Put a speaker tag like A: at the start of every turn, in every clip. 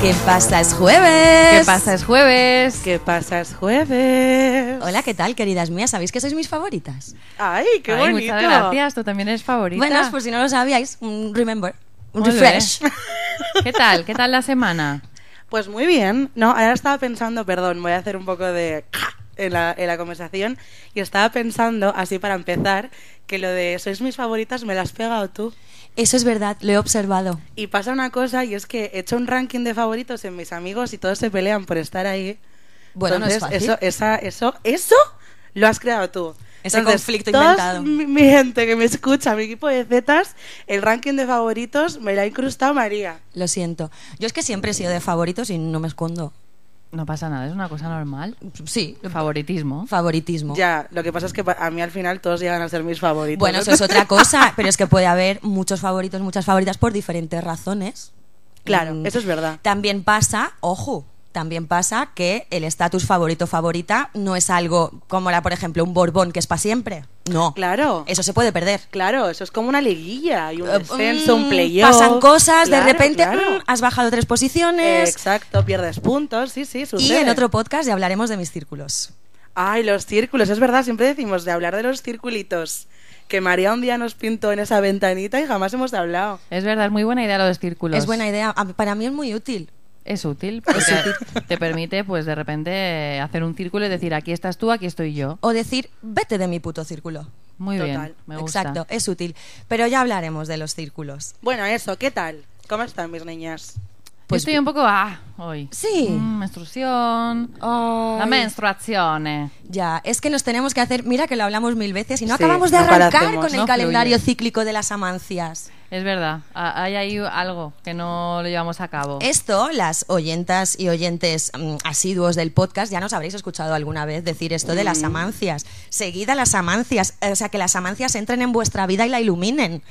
A: ¿Qué pasa? Es jueves.
B: ¿Qué pasa? Es jueves.
C: ¿Qué pasa? Es jueves.
A: Hola, ¿qué tal, queridas mías? ¿Sabéis que sois mis favoritas?
C: Ay, qué
B: Ay,
C: bonito.
B: Muchas gracias, tú también eres favorita.
A: Bueno, pues si no lo sabíais, un remember, un
B: Ole.
A: refresh.
B: ¿Qué tal? ¿Qué tal la semana?
C: Pues muy bien. No, ahora estaba pensando, perdón, voy a hacer un poco de en la, en la conversación. Y estaba pensando, así para empezar, que lo de sois mis favoritas me las has pegado tú.
A: Eso es verdad, lo he observado.
C: Y pasa una cosa, y es que he hecho un ranking de favoritos en mis amigos y todos se pelean por estar ahí.
A: Bueno, no es
C: Entonces,
A: fácil.
C: Eso, esa, eso, eso lo has creado tú.
A: Ese
C: Entonces,
A: conflicto
C: todos
A: inventado.
C: Mi, mi gente que me escucha, mi equipo de Zetas, el ranking de favoritos me lo ha incrustado María.
A: Lo siento. Yo es que siempre he sido de favoritos y no me escondo.
B: No pasa nada, es una cosa normal.
A: Sí,
B: Favoritismo.
A: favoritismo.
C: Ya, lo que pasa es que pa- a mí al final todos llegan a ser mis favoritos.
A: Bueno, eso es otra cosa, pero es que puede haber muchos favoritos, muchas favoritas por diferentes razones.
C: Claro,
A: Mm.
C: eso es verdad.
A: También pasa, ojo, también pasa que el estatus favorito favorita no es algo como la, por ejemplo, un Borbón que es para siempre. No.
C: Claro.
A: Eso se puede perder.
C: Claro, eso es como una liguilla, y un
A: Eh,
C: descenso,
A: mm,
C: un playoff.
A: Pasan cosas,
C: Claro,
A: de repente
C: claro.
A: mm, has bajado tres
C: Eh,
A: posiciones.
C: Exacto, pierdes puntos, sí, sí, sucede.
A: y en otro podcast ya hablaremos de mis círculos.
C: Ay, los círculos, es verdad, siempre decimos de hablar de los circulitos. Que María un día nos pintó en esa ventanita y jamás hemos hablado.
B: Es verdad, es muy buena idea lo de los círculos.
A: Es buena idea, a- para mí es muy útil.
B: Es útil porque te permite, pues de repente, hacer un círculo y decir, aquí estás tú, aquí estoy yo.
A: O decir, vete de mi puto círculo.
B: Muy
C: Total.
B: bien, me gusta.
A: Exacto, es útil. Pero ya hablaremos de los círculos.
C: Bueno, eso, ¿qué tal? ¿Cómo están mis niñas?
A: Pues-
B: Yo estoy un poco, ah, hoy.
A: Sí.
B: Mm, menstruación. La menstruación. eh.
A: Ya, es que nos tenemos que hacer, mira que lo hablamos mil veces y no
C: Sí,
A: acabamos de
C: no
A: arrancar
C: parecemos,
A: con el
B: no
A: calendario
B: fluye.
A: cíclico de las amancias.
B: Es verdad, ah, hay ahí algo que no lo llevamos a cabo.
A: Esto, las oyentas y oyentes mm, asiduos del podcast, ya nos habréis escuchado alguna vez decir esto de las amancias. Seguida las amancias, eh, o sea, que las amancias entren en vuestra vida y la iluminen.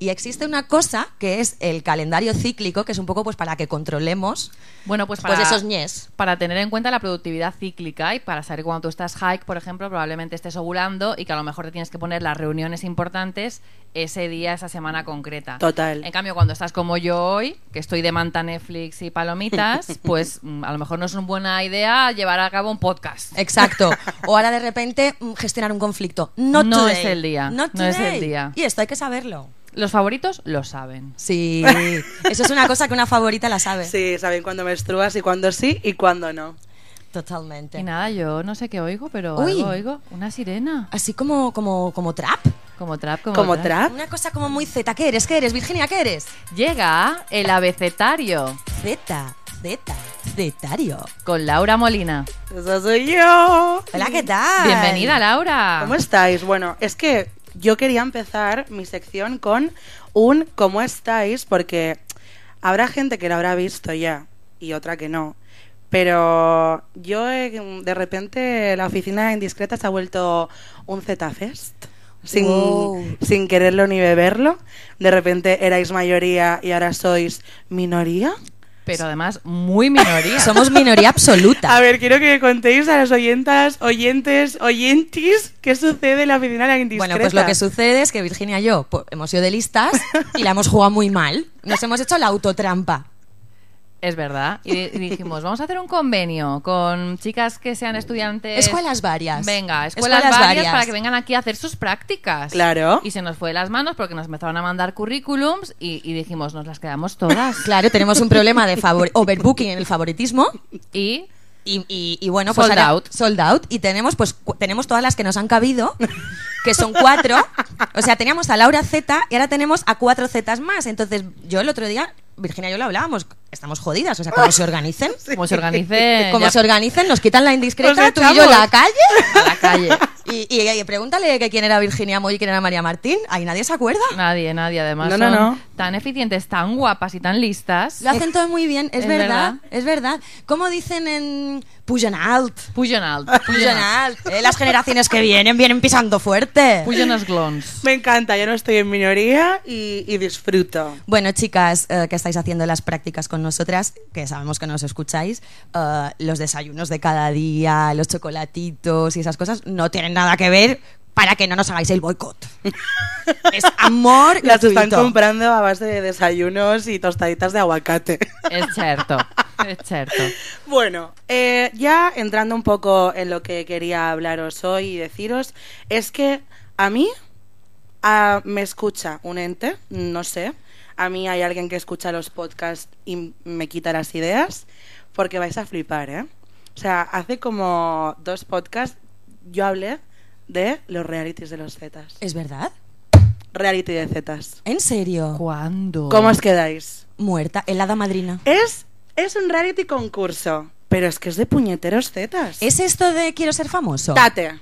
A: Y existe una cosa que es el calendario cíclico, que es un poco pues para que controlemos
B: Bueno, pues para,
A: pues esos ñes.
B: para tener en cuenta la productividad cíclica y para saber que cuando tú estás hike, por ejemplo, probablemente estés ovulando y que a lo mejor te tienes que poner las reuniones importantes ese día, esa semana concreta.
C: Total.
B: En cambio, cuando estás como yo hoy, que estoy de manta Netflix y palomitas, pues mm, a lo mejor no es una buena idea llevar a cabo un podcast.
A: Exacto. O ahora de repente mm, gestionar un conflicto. Not
B: No
A: today.
B: es el día,
A: Not
B: no es el
A: today.
B: día.
A: Y esto hay que saberlo.
B: Los favoritos lo saben.
A: Sí, eso es una cosa que una favorita la sabe.
C: Sí, saben cuándo menstruas y cuándo sí y cuándo no.
A: Totalmente.
B: Y nada, yo no sé qué oigo, pero
A: Uy.
B: algo oigo. Una sirena.
A: Así como, como, como trap.
B: Como trap, como,
C: Como trap.
A: Una cosa como muy Z. ¿Qué eres? ¿Qué eres? Virginia, ¿qué eres?
B: Llega el abecetario
A: Z, Z, Zetario.
B: con Laura Molina.
C: Eso soy yo.
A: Hola, ¿qué tal?
B: Bienvenida,
A: Ah.
B: Laura.
C: ¿Cómo estáis? Bueno, es que yo quería empezar mi sección con un ¿Cómo estáis? Porque habrá gente que lo habrá visto ya y otra que no. Pero yo, eh, de repente, la oficina indiscreta se ha vuelto un Z-Fest. Sin,
A: Wow.
C: sin quererlo ni beberlo. De repente erais mayoría y ahora sois minoría.
B: Pero además, muy minoría.
A: Somos minoría absoluta.
C: A ver, quiero que me contéis a las oyentas, oyentes, oyentis, qué sucede en la oficina de la indiscreta.
A: Bueno, pues lo que sucede es que Virginia y yo po- hemos sido de listas y la hemos jugado muy mal. Nos hemos hecho la autotrampa.
B: Es verdad. Y, di- y dijimos, vamos a hacer un convenio con chicas que sean estudiantes.
A: Escuelas varias.
B: Venga, escuelas, varias, para que vengan aquí a hacer sus prácticas.
C: Claro.
B: Y se nos fue de las manos porque nos empezaron a mandar currículums y, y dijimos, nos las quedamos todas.
A: Claro, tenemos un problema de favor overbooking en el favoritismo.
B: y
A: Y, y- y bueno, pues
B: Sold
A: ahora-
B: out.
A: sold out. Y tenemos, pues, cu- tenemos todas las que nos han cabido, que son cuatro. O sea, teníamos a Laura Z y ahora tenemos a cuatro Zetas más. Entonces, yo el otro día, Virginia y yo lo hablábamos, estamos jodidas. O sea, como se organicen,
B: como se organice
A: como
B: ya
A: se organicen, nos quitan la indiscreta,
C: Nos
A: tú y yo la
C: echamos.
A: calle.
B: a la calle.
A: Y, y- y pregúntale que quién era Virginia Moy y quién era María Martín. Ahí nadie se acuerda.
B: Nadie, nadie. Además,
C: No, no,
B: son
C: no.
B: tan eficientes, tan guapas y tan listas.
A: Lo hacen todo muy bien, es,
B: Es
A: verdad,
B: verdad.
A: es verdad. Como dicen en Pujan Alt.
B: Puyon alt.
A: Pujan Alt. eh, las generaciones que vienen vienen pisando fuerte.
B: Puyon als glons.
C: Me encanta, yo no estoy en minoría y, y disfruto.
A: Bueno, chicas, eh, que estáis haciendo las prácticas con nosotras, que sabemos que nos escucháis, eh, los desayunos de cada día, los chocolatitos y esas cosas no tienen nada que ver para que no nos hagáis el boicot. es amor
C: Las están
A: gratuito.
C: comprando a base de desayunos y tostaditas de aguacate.
B: Es cierto, es cierto.
C: Bueno, eh, ya entrando un poco en lo que quería hablaros hoy y deciros, es que a mí ah, me escucha un ente, no sé. A mí hay alguien que escucha los podcasts y me quita las ideas, porque vais a flipar, ¿eh? O sea, hace como dos podcasts yo hablé de los realities de los Zetas.
A: ¿Es verdad?
C: Reality de Zetas.
A: ¿En serio?
B: ¿Cuándo?
C: ¿Cómo os quedáis?
A: Muerta, el hada madrina.
C: Es, es un reality concurso, pero es que es de puñeteros Zetas.
A: ¿Es esto de quiero ser famoso?
C: Tate.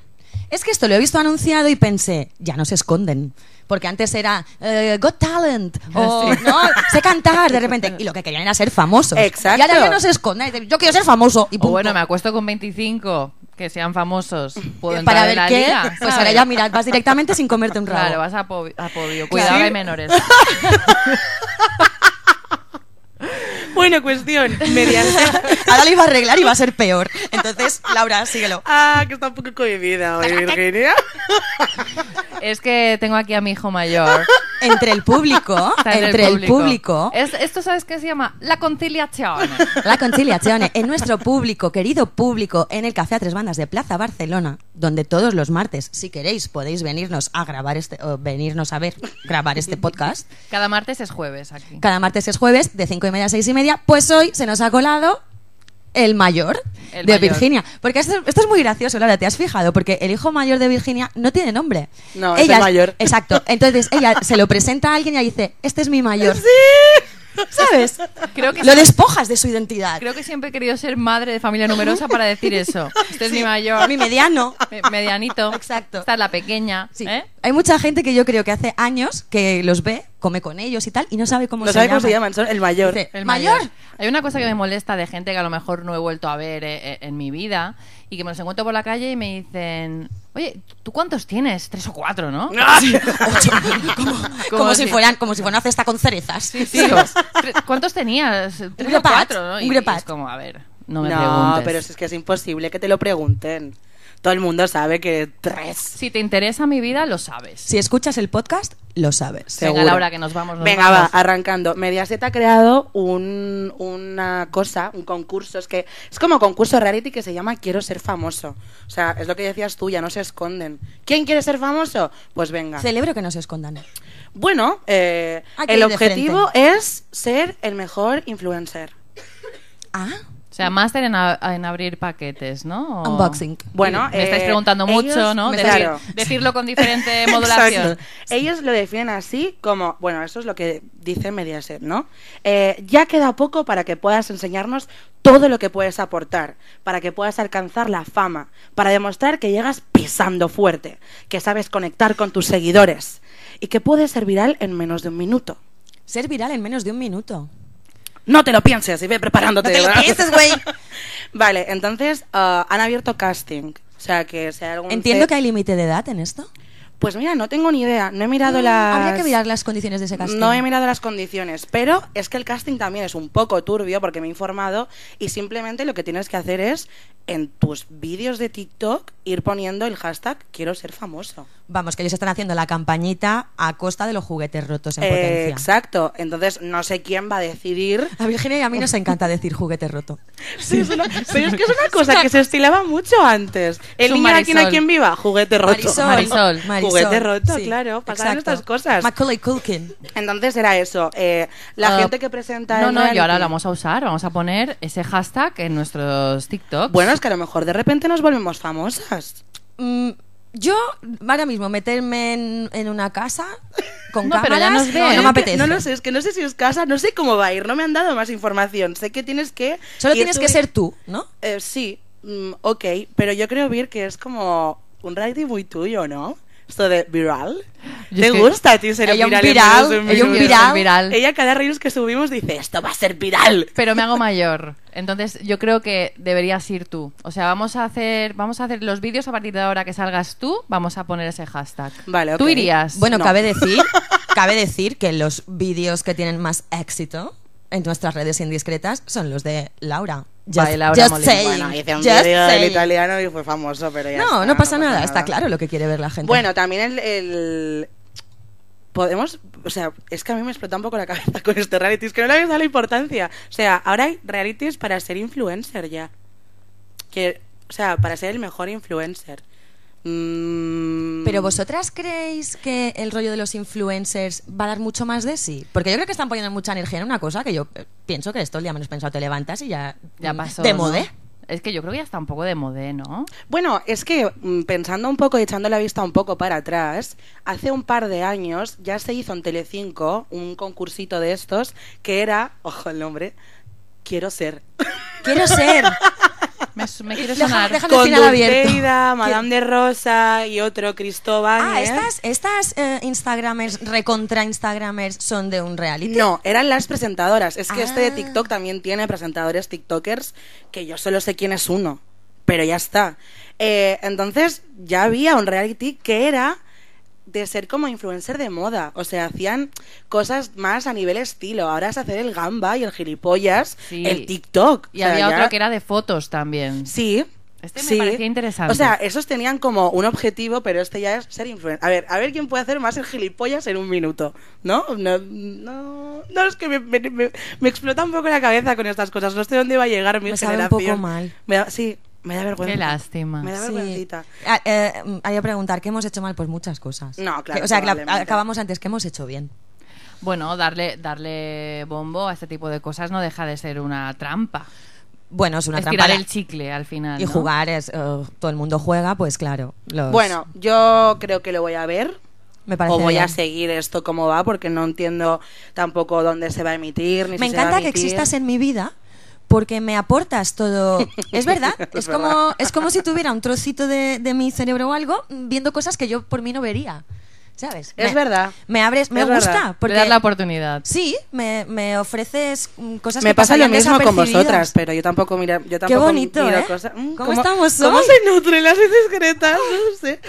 A: Es que esto lo he visto anunciado y pensé, ya no se esconden. Porque antes era eh, Got Talent o
B: Ah, Sí.
A: no, sé cantar de repente. Y lo que querían era ser famosos.
C: Exacto.
A: Y ahora ya no se esconden. dicen, Yo quiero ser famoso. Y
B: O
A: punto.
B: bueno, me acuesto con 25, que sean famosos. Puedo entrar
A: Para
B: en
A: ver
B: la
A: qué.
B: liga,
A: pues
B: ¿sabes?
A: ahora ya mirad, vas directamente sin comerte un rabo.
B: Claro, vas a, po- a podio. Cuidado, que hay menores.
C: Bueno, cuestión. Mediante.
A: Ahora lo iba a arreglar y va a ser peor. Entonces, Laura, síguelo.
C: Ah, que está un poco cohibida hoy, Virginia.
B: Es que tengo aquí a mi hijo mayor.
A: Entre el público,
B: Está en
A: entre el público,
B: Es- esto, ¿sabes qué se llama? La conciliación.
A: la conciliación en nuestro público, querido público, en el Café a Tres Bandas de Plaza Barcelona, donde todos los martes, si queréis, podéis venirnos a grabar este, o venirnos a ver, grabar este podcast.
B: Cada martes es jueves aquí.
A: Cada martes es jueves, de cinco y media a seis y media. Pues hoy se nos ha colado el mayor
B: El
A: de
B: mayor.
A: Virginia. Porque esto, esto es muy gracioso, Laura, ¿te has fijado? Porque el hijo mayor de Virginia no tiene nombre.
C: No, es el mayor.
A: Exacto. Entonces ella se lo presenta a alguien y dice, este es mi mayor. ¿Sabes?
B: Creo que
A: lo
B: sí.
A: despojas de su identidad.
B: Creo que siempre he querido ser madre de familia numerosa para decir eso. Este es mi mayor.
A: Mi mediano.
B: me- Medianito.
A: Exacto.
B: Esta es la pequeña.
A: Sí.
B: ¿eh?
A: Hay mucha gente que yo creo que hace años que los ve, come con ellos y tal, y no sabe cómo
C: No
A: se
C: sabe
A: llaman.
C: cómo se llaman, son el mayor.
A: Dice-
B: El
A: ¿Mayor?
B: Hay una cosa que me molesta de gente que a lo mejor no he vuelto a ver eh, eh, en mi vida y que me los encuentro por la calle y me dicen, oye, ¿tú cuántos tienes? Tres o cuatro, ¿no?
A: Ocho. como
B: Como
A: como si,
B: si-
A: fueran, como si fueran una cesta con cerezas.
B: Sí, o- tre- ¿Cuántos tenías? Tres o
A: grapat,
B: cuatro, ¿no? Y,
A: un
B: y
A: grapat.
B: es como, a ver, no me
C: no,
B: preguntes.
C: pero si es que es imposible que te lo pregunten. Todo el mundo sabe que tres.
B: Si te interesa mi vida, lo sabes.
A: Si escuchas el podcast, lo sabes.
C: Sí. seguro.
B: Venga, Laura, que nos vamos. nos
C: Venga, va,
B: vamos.
C: arrancando. Mediaset ha creado un- una cosa, un concurso. Es que es como concurso reality que se llama Quiero ser famoso. O sea, es lo que decías tú, ya no se esconden. ¿Quién quiere ser famoso? Pues venga.
A: Celebro que no se escondan.
C: Bueno, eh,
A: Hay que
C: el
A: ir de
C: objetivo es ser el mejor influencer.
A: Ah,
B: O sea, máster en, a- en abrir paquetes, ¿no? O-
A: Unboxing.
C: Bueno,
B: me estáis
C: eh,
B: preguntando
C: ellos-
B: mucho, ¿no?
C: me-
B: Decir-
C: claro.
B: Decirlo con diferente modulación.
C: Exacto. Ellos lo definen así como, bueno, eso es lo que dice Mediaset, ¿no? Eh, ya queda poco para que puedas enseñarnos todo lo que puedes aportar, para que puedas alcanzar la fama, para demostrar que llegas pisando fuerte, que sabes conectar con tus seguidores y que puedes ser viral en menos de un minuto.
A: ser viral en menos de un minuto.
C: No te lo pienses y ve preparándote.
A: No te lo
C: ¿verdad?
A: pienses, güey.
C: vale, entonces ah, han abierto casting. O sea, que si hay algún...
A: Entiendo
C: ce-
A: que hay límite de edad en esto. Mm,
C: Pues mira, no tengo ni idea. No he mirado la...
A: Habría que mirar las condiciones de ese casting.
C: No he mirado las condiciones, pero es que el casting también es un poco turbio porque me he informado y simplemente lo que tienes que hacer es en tus vídeos de TikTok ir poniendo el hashtag quiero ser famoso.
A: Vamos, que ellos están haciendo la campañita a costa de los juguetes rotos en
C: Eh,
A: potencia.
C: exacto, entonces no sé quién va a decidir.
A: A Virginia y a mí nos encanta decir juguete roto.
C: Sí, es una- pero es que es una cosa que se estilaba mucho antes. El
B: Es un
C: niño de aquí no hay
B: Marisol.
C: quien viva, juguete roto.
B: Marisol.
C: Juguete roto, claro, pasaron
A: exacto.
C: estas cosas.
A: Macaulay Culkin.
C: Entonces era eso, eh, la
B: Ah,
C: gente que presenta
B: No,
C: el
B: no, y ahora
C: reality-
B: lo vamos a usar. Vamos a poner ese hashtag en nuestros TikToks.
C: Bueno, es que a lo mejor de repente nos volvemos famosas.
A: Mm, yo ahora mismo meterme en, en una casa con
B: No, pero ya
A: cámaras
B: nos ven.
A: no, me
C: Es Eh, que
A: apetece.
C: No lo sé, es que no sé si es casa, no sé cómo va a ir, no me han dado más información. Sé que tienes que.
A: Solo
C: ir
A: tienes que
C: subi-
A: ser tú, ¿no?
C: Eh, sí, mm, ok, pero yo creo, Vir, que es como un reality muy tuyo, ¿no? Esto de viral.
B: Yo
C: ¿Te
B: es que-
C: gusta a ti ser
A: Hay un
C: viral? en
A: viral,
C: menos de un
A: hay un
C: minuto?
B: Quiero ser
A: viral.
C: Ella, cada reels que subimos, dice: Esto va a ser viral.
B: Pero me hago mayor. Entonces, yo creo que deberías ir tú. O sea, vamos a hacer, vamos a hacer los vídeos a partir de ahora que salgas tú, vamos a poner ese hashtag.
C: Vale, ok.
B: Tú irías.
A: Bueno,
C: No.
A: cabe decir, cabe decir que los vídeos que tienen más éxito en nuestras redes indiscretas son los de Laura. Just-
B: Baila ahora
A: just
B: Molina.
A: saying.
B: Bueno,
C: Bueno, hice un
A: Just
C: vídeo del
A: saying.
C: italiano y fue famoso, pero ya
A: No,
C: está,
A: no pasa nada, está claro lo que quiere ver la gente.
C: Bueno, también el, el- Podemos... O sea, es que a mí me explota un poco la cabeza con este reality. Es que no le habéis dado la importancia. O sea, ahora hay realities para ser influencer ya. Que, o sea, para ser el mejor influencer. Mm,
A: Pero vosotras creéis que el rollo de los influencers va a dar mucho más de sí? Porque yo creo que están poniendo mucha energía en una cosa que yo eh, pienso que esto el día menos pensado te levantas y ya,
B: Ya
A: mm,
B: pasó.
A: te
B: ¿no?
A: modé.
B: Es que yo creo que ya está un poco de modé, ¿no?
C: Bueno, es que mm, pensando un poco y echando la vista un poco para atrás, hace un par de años ya se hizo en Telecinco un concursito de estos que era, ojo el nombre, Quiero ser.
A: Quiero ser.
B: Me, me quiero
A: Deja-
B: sonar.
A: deja- Déjame el
C: Con
A: final abierto.
C: Dulceida, Madame de Rosa y otro Cristóbal. ¿eh?
A: Ah, estas, estas eh, Instagramers, recontra Instagramers, son de un reality.
C: No, eran las presentadoras. Es que este de
A: Ah.
C: TikTok también tiene presentadores TikTokers que yo solo sé quién es uno, pero ya está. Eh, entonces ya había un reality que era de ser como influencer de moda. O sea, hacían cosas más a nivel estilo. Ahora es hacer el gamba y el gilipollas,
B: Sí.
C: el TikTok.
B: Y
C: O sea,
B: había
C: ya-
B: otro que era de fotos también.
C: Sí.
B: Este me
C: sí.
B: parecía interesante.
C: O sea, esos tenían como un objetivo, pero este ya es ser influencer. A ver, a ver quién puede hacer más el gilipollas en un minuto, ¿no? No, no, no, es que me, me- me- me explota un poco la cabeza con estas cosas. No sé dónde va a llegar mi
A: Me sabe un
C: generación.
A: poco mal.
C: Me da- sí, me da vergüenza.
B: Qué lástima.
C: Me da
A: Sí.
C: vergüencita.
A: Ah, eh, mm, Hay que preguntar, ¿qué hemos hecho mal? Pues muchas cosas.
C: No, claro,
A: Que- O sea, que la-
C: probablemente.
A: acabamos antes, ¿qué hemos hecho bien?
B: Bueno, darle, darle bombo a este tipo de cosas no deja de ser una trampa.
A: Bueno, es una
B: Estirar
A: trampa.
B: el chicle al final.
A: y
B: ¿no?
A: jugar es. eh, todo el mundo juega, pues claro. los-
C: Bueno, yo creo que lo voy a ver.
A: me parece
C: o voy a
A: bien.
C: seguir esto como va, porque no entiendo tampoco dónde se va a emitir. Ni
A: Me
C: si se va a
A: encanta que
C: emitir.
A: existas en mi vida porque me aportas todo. Es verdad, es,
C: Es
A: como,
C: verdad.
A: es como si tuviera un trocito de, de mi cerebro o algo mm, viendo cosas que yo por mí no vería. ¿Sabes?
C: Es
A: Me-
C: verdad.
A: Me abres, me
C: Es
A: gusta.
C: verdad.
B: Le
A: Porque
B: das la oportunidad.
A: sí, me, me ofreces mm, cosas
C: me
A: que
C: pasa lo
A: pasarían
C: mismo con
A: desapercibidas.
C: vosotras, pero yo tampoco mira, yo tampoco
A: bonito,
C: miro
A: ¿eh?
C: cosas. Mm,
A: ¿Cómo estamos
C: ¿Cómo
A: hoy?
C: se nutren las discretas? No sé.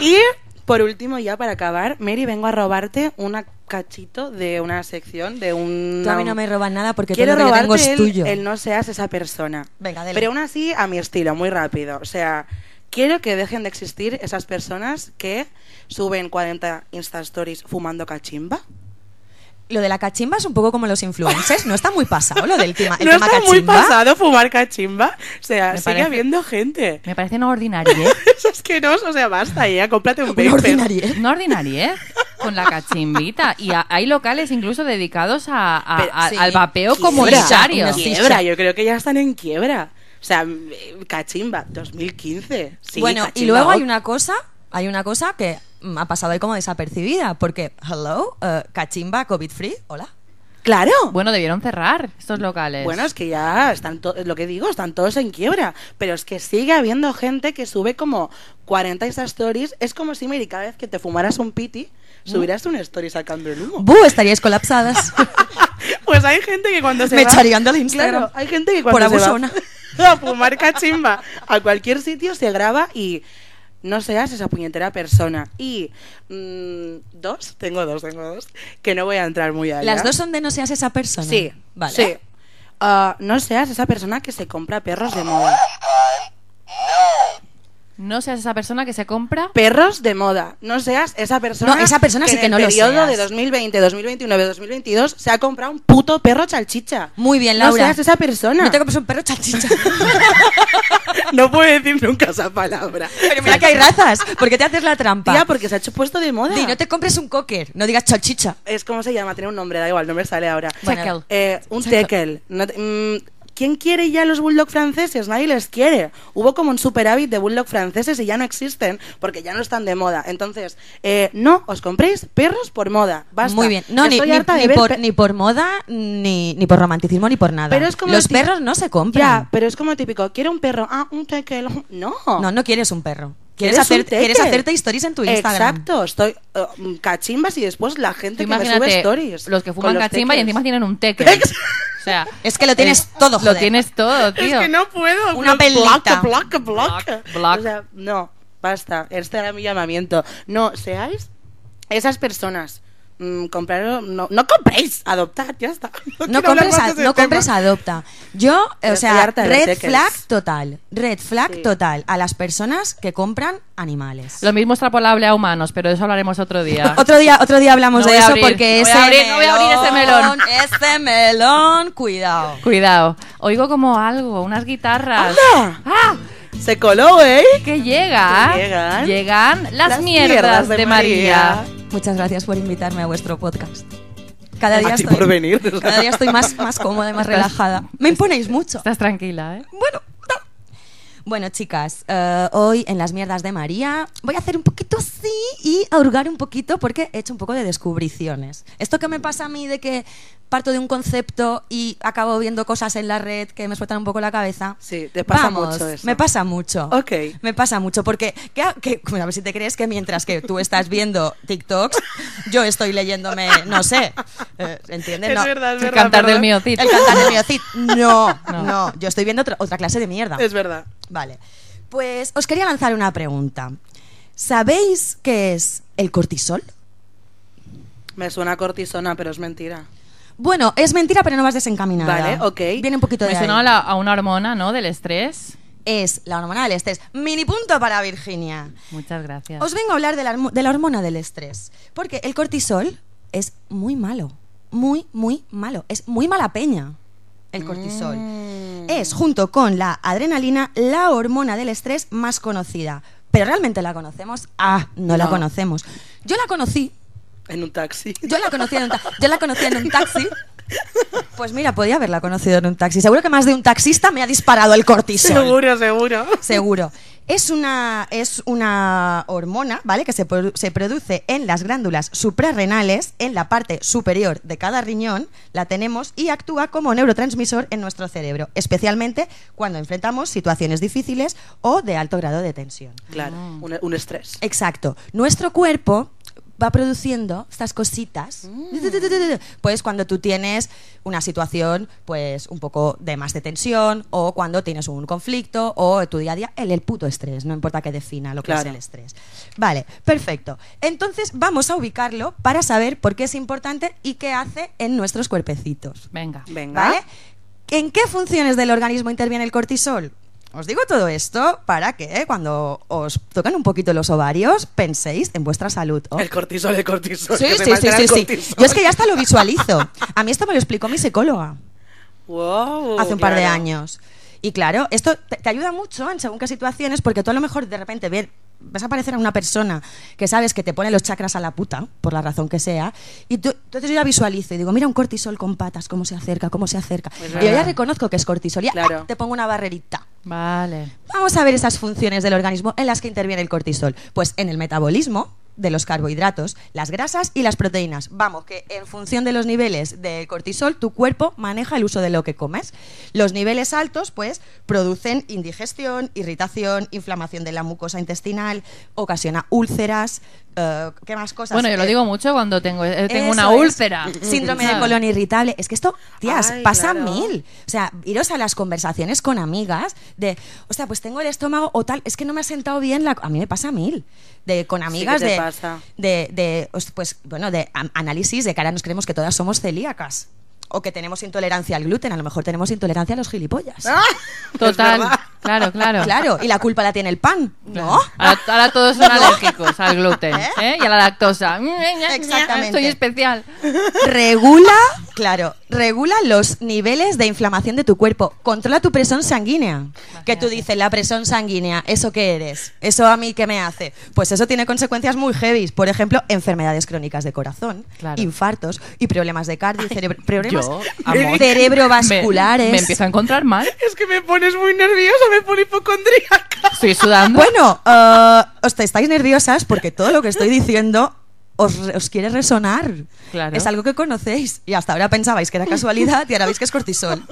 C: Y por último, ya para acabar, Mary, vengo a robarte un cachito de una sección de un.
A: Tú a mí no me robas nada porque
C: Quiero
A: todo lo que yo
C: robarte
A: tengo es
C: el-
A: tuyo.
C: el no seas esa persona.
A: Venga, dele.
C: Pero aún así, a mi estilo, muy rápido. O sea, quiero que dejen de existir esas personas que suben 40 Insta Stories fumando cachimba.
A: Lo de la cachimba es un poco como los influencers, no está muy pasado lo del tema, el
C: no
A: tema
C: está
A: cachimba.
C: muy pasado fumar cachimba. O sea,
B: Me
C: sigue
B: parece-
C: habiendo gente.
B: Me parece no ordinarie. ¿eh?
C: Es asqueroso, o sea, basta ya, cómprate un
A: Una
C: vape.
A: ordinariez.
B: No ordinarie, ¿eh? con la cachimbita. Y a- hay locales incluso dedicados a, a-
A: Pero,
B: a-
A: sí.
B: al vapeo
A: Quiebra,
B: comunitario.
A: una
B: Sí.
C: Quiebra, yo creo que ya están en quiebra. O sea, mm, cachimba, 2015. Sí,
A: bueno, y
C: cachimba,
A: luego hay
C: ok.
A: una cosa, hay una cosa que mm, ha pasado ahí como desapercibida, porque hello, eh, cachimba COVID free, hola.
C: Claro.
B: Bueno, debieron cerrar estos
A: Pues-
B: locales.
C: Bueno, es que ya están to- lo que digo, están todos en quiebra, pero es que sigue habiendo gente que sube como 40 Insta stories, es como si Mary cada vez que te fumaras un piti,
A: ¿Mm?
C: subieras un story sacando el humo.
A: Bu, estaríais colapsadas.
C: Pues hay gente que cuando se
A: Me
C: va-
A: echarían del Instagram.
C: Claro, hay gente que
A: Por
C: cuando se va
A: abusona.
C: a fumar cachimba a cualquier sitio se graba y no seas esa puñetera persona. Y mm, dos, tengo dos, tengo dos, que no voy a entrar muy allá.
A: Las dos son de no seas esa persona.
C: Sí,
A: vale.
C: sí. Ah, no seas esa persona que se compra perros de moda.
B: No seas esa persona que se compra.
C: Perros de moda. No seas esa persona.
A: No, esa persona sí que no
C: En
A: lo
C: el periodo
A: seas.
C: de 2020, 2021, 2022 se ha comprado un puto perro salchicha.
A: Muy bien,
C: No
A: Laura.
C: seas esa persona.
A: No te compres un perro chachicha.
C: No puedo decir nunca esa palabra.
A: Pero mira que hay razas. ¿Por qué te haces la trampa?
C: Tía, porque se ha hecho puesto de moda.
A: Di, no te compres un cocker. No digas chachicha.
C: Es como se llama, tiene un nombre, da igual, no me sale ahora.
A: Bueno.
C: Eh, un
A: Exacto.
C: tekel. No te- mm, ¿Quién quiere ya los bulldog franceses? Nadie les quiere. Hubo como un superávit de bulldog franceses y ya no existen porque ya no están de moda. Entonces, eh, no os compréis perros por moda. Basta.
A: Muy bien. No, ni,
C: Estoy
A: ni-
C: harta de
A: ni
C: ver
A: por,
C: pe-
A: ni por moda, ni, ni por romanticismo, ni por nada.
C: Pero es como
A: Los
C: típico-
A: perros no se compran.
C: Ya, pero es como típico. Quiero un perro. Ah, un tekel. No.
A: No, no quieres un perro. Quieres,
C: Eres un
A: hacer-
C: tekel.
A: quieres hacerte stories en tu Instagram.
C: Exacto, estoy eh, cachimbas y después la gente
B: Tú
C: que me sube
B: imagínate
C: stories.
B: los que fuman
C: con los
B: cachimba y
C: tekels.
B: encima tienen un teque.
C: Teques.
B: O sea,
A: Es que lo tienes
B: es-
A: todo,
B: Lo
A: joder.
B: tienes todo, tío.
C: Es que no puedo.
A: Una
C: Blo- block,
A: pelita.
C: block, block.
B: Block, block.
C: O sea, no, basta. Este era mi llamamiento. No, seáis esas personas. mm, compraros, no, no compréis, adoptad, ya está.
A: No
C: quiero hablar
A: compres,
C: más
A: a-
C: de ese
A: no
C: tema.
A: compres adopta. Yo,
C: Pero
A: o
C: estoy
A: sea,
C: harta de los
A: red
C: teques.
A: flag total. Red flag
C: Sí.
A: total a las personas que compran animales.
B: Lo mismo es trapolable a humanos, pero de eso hablaremos otro día.
A: Otro día, otro día hablamos
B: No
A: de
B: voy a
A: eso
B: abrir,
A: porque
B: no voy a
A: ese
B: abrir, no voy a abrir ese melón.
A: Este melón, cuidado.
B: Cuidado. Oigo como algo, unas guitarras.
C: ¡Anda!
B: ¡Ah!
C: Se coló, ¿eh?
B: Que llega.
C: Que llegan.
B: Llegan las, mierdas, de, María.
A: Muchas gracias por invitarme a vuestro podcast. Cada día
C: A ti
A: estoy,
C: por venir.
A: Cada día estoy más, más cómoda y más
B: Estás-
A: relajada. Me imponéis mucho.
B: Estás tranquila, ¿eh?
A: Bueno, no. Bueno, chicas, eh, hoy en las mierdas de María voy a hacer un poquito así y hurgar un poquito porque he hecho un poco de descubriciones. Esto que me pasa a mí de que parto de un concepto y acabo viendo cosas en la red que me sueltan un poco la cabeza.
C: Sí, te pasa
A: Vamos,
C: mucho eso.
A: Me pasa mucho.
C: Ok.
A: Me pasa mucho porque, que, que- bueno, a ver si te crees que mientras que tú estás viendo TikToks, yo estoy leyéndome, no sé, eh, ¿entiendes? No.
B: El cantar del mío,
A: El cantar del miocid. No, no, Yo estoy viendo otra, otra clase de mierda.
C: Es verdad.
A: Vale. Pues os quería lanzar una pregunta. ¿Sabéis qué es el cortisol?
C: Me suena cortisona, pero es mentira.
A: Bueno, es mentira, pero no vas desencaminada.
C: Vale, ok.
A: Viene un poquito
B: Me
A: de
B: suena
A: ahí.
B: a, la- a una hormona, ¿no? Del estrés.
A: Es la hormona del estrés. Mini punto para Virginia.
B: Muchas gracias.
A: Os vengo a hablar de la, hormo- de la hormona del estrés, porque el cortisol es muy malo, muy, muy malo, es muy mala peña el cortisol. Es, junto con la adrenalina, la hormona del estrés más conocida. Pero realmente la conocemos. Ah, no, la
B: No.
A: conocemos. Yo la conocí,
C: En un taxi.
A: yo la conocí en un, ta- yo la conocí en un taxi. Pues mira, podía haberla conocido en un taxi. Seguro que más de un taxista me ha disparado el cortisol.
C: Seguro, seguro.
A: Seguro. Es una, es una hormona, ¿vale? Que se, produ- se produce en las glándulas suprarrenales, en la parte superior de cada riñón, la tenemos y actúa como neurotransmisor en nuestro cerebro, especialmente cuando enfrentamos situaciones difíciles o de alto grado de tensión.
C: Claro,
A: Ah.
C: un, un estrés.
A: Exacto. Nuestro cuerpo va produciendo estas cositas. Pues cuando tú tienes una situación, pues un poco de más de tensión, o cuando tienes un conflicto, o tu día a día, el, el puto estrés, no importa que defina lo que es
C: Claro.
A: el estrés. Vale, perfecto. Entonces vamos a ubicarlo para saber por qué es importante y qué hace en nuestros cuerpecitos.
B: Venga.
C: Venga.
A: ¿Vale? ¿En qué funciones del organismo interviene el cortisol? Os digo todo esto para que eh, cuando os toquen un poquito los ovarios penséis en vuestra salud. ¿oh?
C: El cortisol, el cortisol.
A: Sí,
C: que
A: sí,
C: se
A: sí,
C: maldita
A: sí,
C: el
A: sí.
C: cortisol.
A: Yo es que ya hasta lo visualizo. A mí esto me lo explicó mi psicóloga
C: Wow,
A: hace un par de
C: Uh, claro.
A: años. Y claro, esto te, te ayuda mucho en según qué situaciones porque tú a lo mejor de repente ve- vas a aparecer a una persona que sabes que te pone los chakras a la puta, por la razón que sea, y tú, entonces yo ya visualizo y digo, mira un cortisol con patas, cómo se acerca, cómo se acerca.
C: Es
A: y yo ya
C: verdad.
A: reconozco que es cortisol, ya
C: Pues Claro.
A: ¡ah! te pongo una barrerita.
B: Vale.
A: Vamos a ver esas funciones del organismo en las que interviene el cortisol. Pues en el metabolismo de los carbohidratos, las grasas y las proteínas. Vamos, que en función de los niveles de cortisol, tu cuerpo maneja el uso de lo que comes. Los niveles altos, pues, producen indigestión, irritación, inflamación de la mucosa intestinal, ocasiona úlceras, eh, ¿qué más cosas?
B: Bueno, yo lo
A: Eh,
B: digo mucho cuando tengo, eh, tengo una
A: eso es.
B: úlcera.
A: Síndrome de
B: ¿Sabes?
A: colon irritable. Es que esto, tías,
C: Ay,
A: pasa
C: claro.
A: mil. O sea, iros a las conversaciones con amigas de, o sea, pues tengo el estómago o tal, es que no me ha sentado bien la. co-". A mí me pasa mil. De, con amigas
C: ¿qué te
A: de,
C: pasa?
A: de, de, os- pues, bueno, de am- análisis de que ahora nos creemos que todas somos celíacas. O que tenemos intolerancia al gluten, a lo mejor tenemos intolerancia a los gilipollas.
C: Ah,
B: Total.
C: es verdad.
B: Claro, claro.
A: Claro, y la culpa la tiene el pan, ¿no?
B: Ahora, ahora todos son alérgicos al gluten ¿eh? y a la lactosa.
A: Exactamente.
B: Soy especial.
A: Regula, claro, regula los niveles de inflamación de tu cuerpo. Controla tu presión sanguínea. Que tú dices, la presión sanguínea, ¿eso qué eres? ¿Eso a mí qué me hace? Pues eso tiene consecuencias muy heavy. Por ejemplo, enfermedades crónicas de corazón,
B: Claro.
A: infartos y problemas de cardio, y cerebro, problemas
B: yo, amor.
A: cerebrovasculares.
B: Me, me empiezo a encontrar mal.
C: Es que me pones muy nerviosa, me pone hipocondríaca.
B: Estoy sudando.
A: Bueno, eh, os estáis nerviosas porque todo lo que estoy diciendo os, re- os quiere resonar.
B: Claro.
A: Es algo que conocéis y hasta ahora pensabais que era casualidad y ahora veis que es cortisol.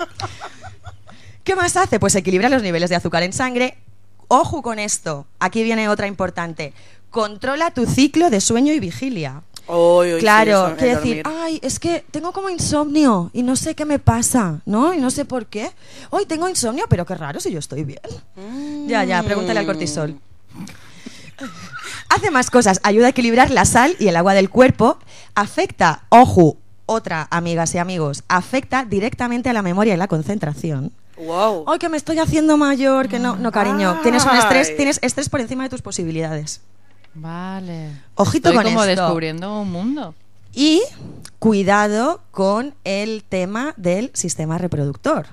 A: ¿Qué más hace? Pues equilibra los niveles de azúcar en sangre. Ojo con esto. Aquí viene otra importante. Controla tu ciclo de sueño y vigilia. Claro, quiere decir, ay, es que tengo como insomnio y no sé qué me pasa, ¿no? Y no sé por qué. Hoy tengo insomnio, pero qué raro si yo estoy bien. Mm. Ya, ya, pregúntale al cortisol. Hace más cosas, ayuda a equilibrar la sal y el agua del cuerpo, afecta, ojo, otra, amigas y amigos, afecta directamente a la memoria y la concentración.
C: Wow.
A: Ay, que me estoy haciendo mayor, que no, no, cariño. Tienes un
C: Ay.
A: estrés, tienes estrés por encima de tus posibilidades.
B: Vale.
A: Ojito
B: Estoy
A: con
B: como
A: esto.
B: descubriendo un mundo.
A: Y cuidado con el tema del sistema reproductor.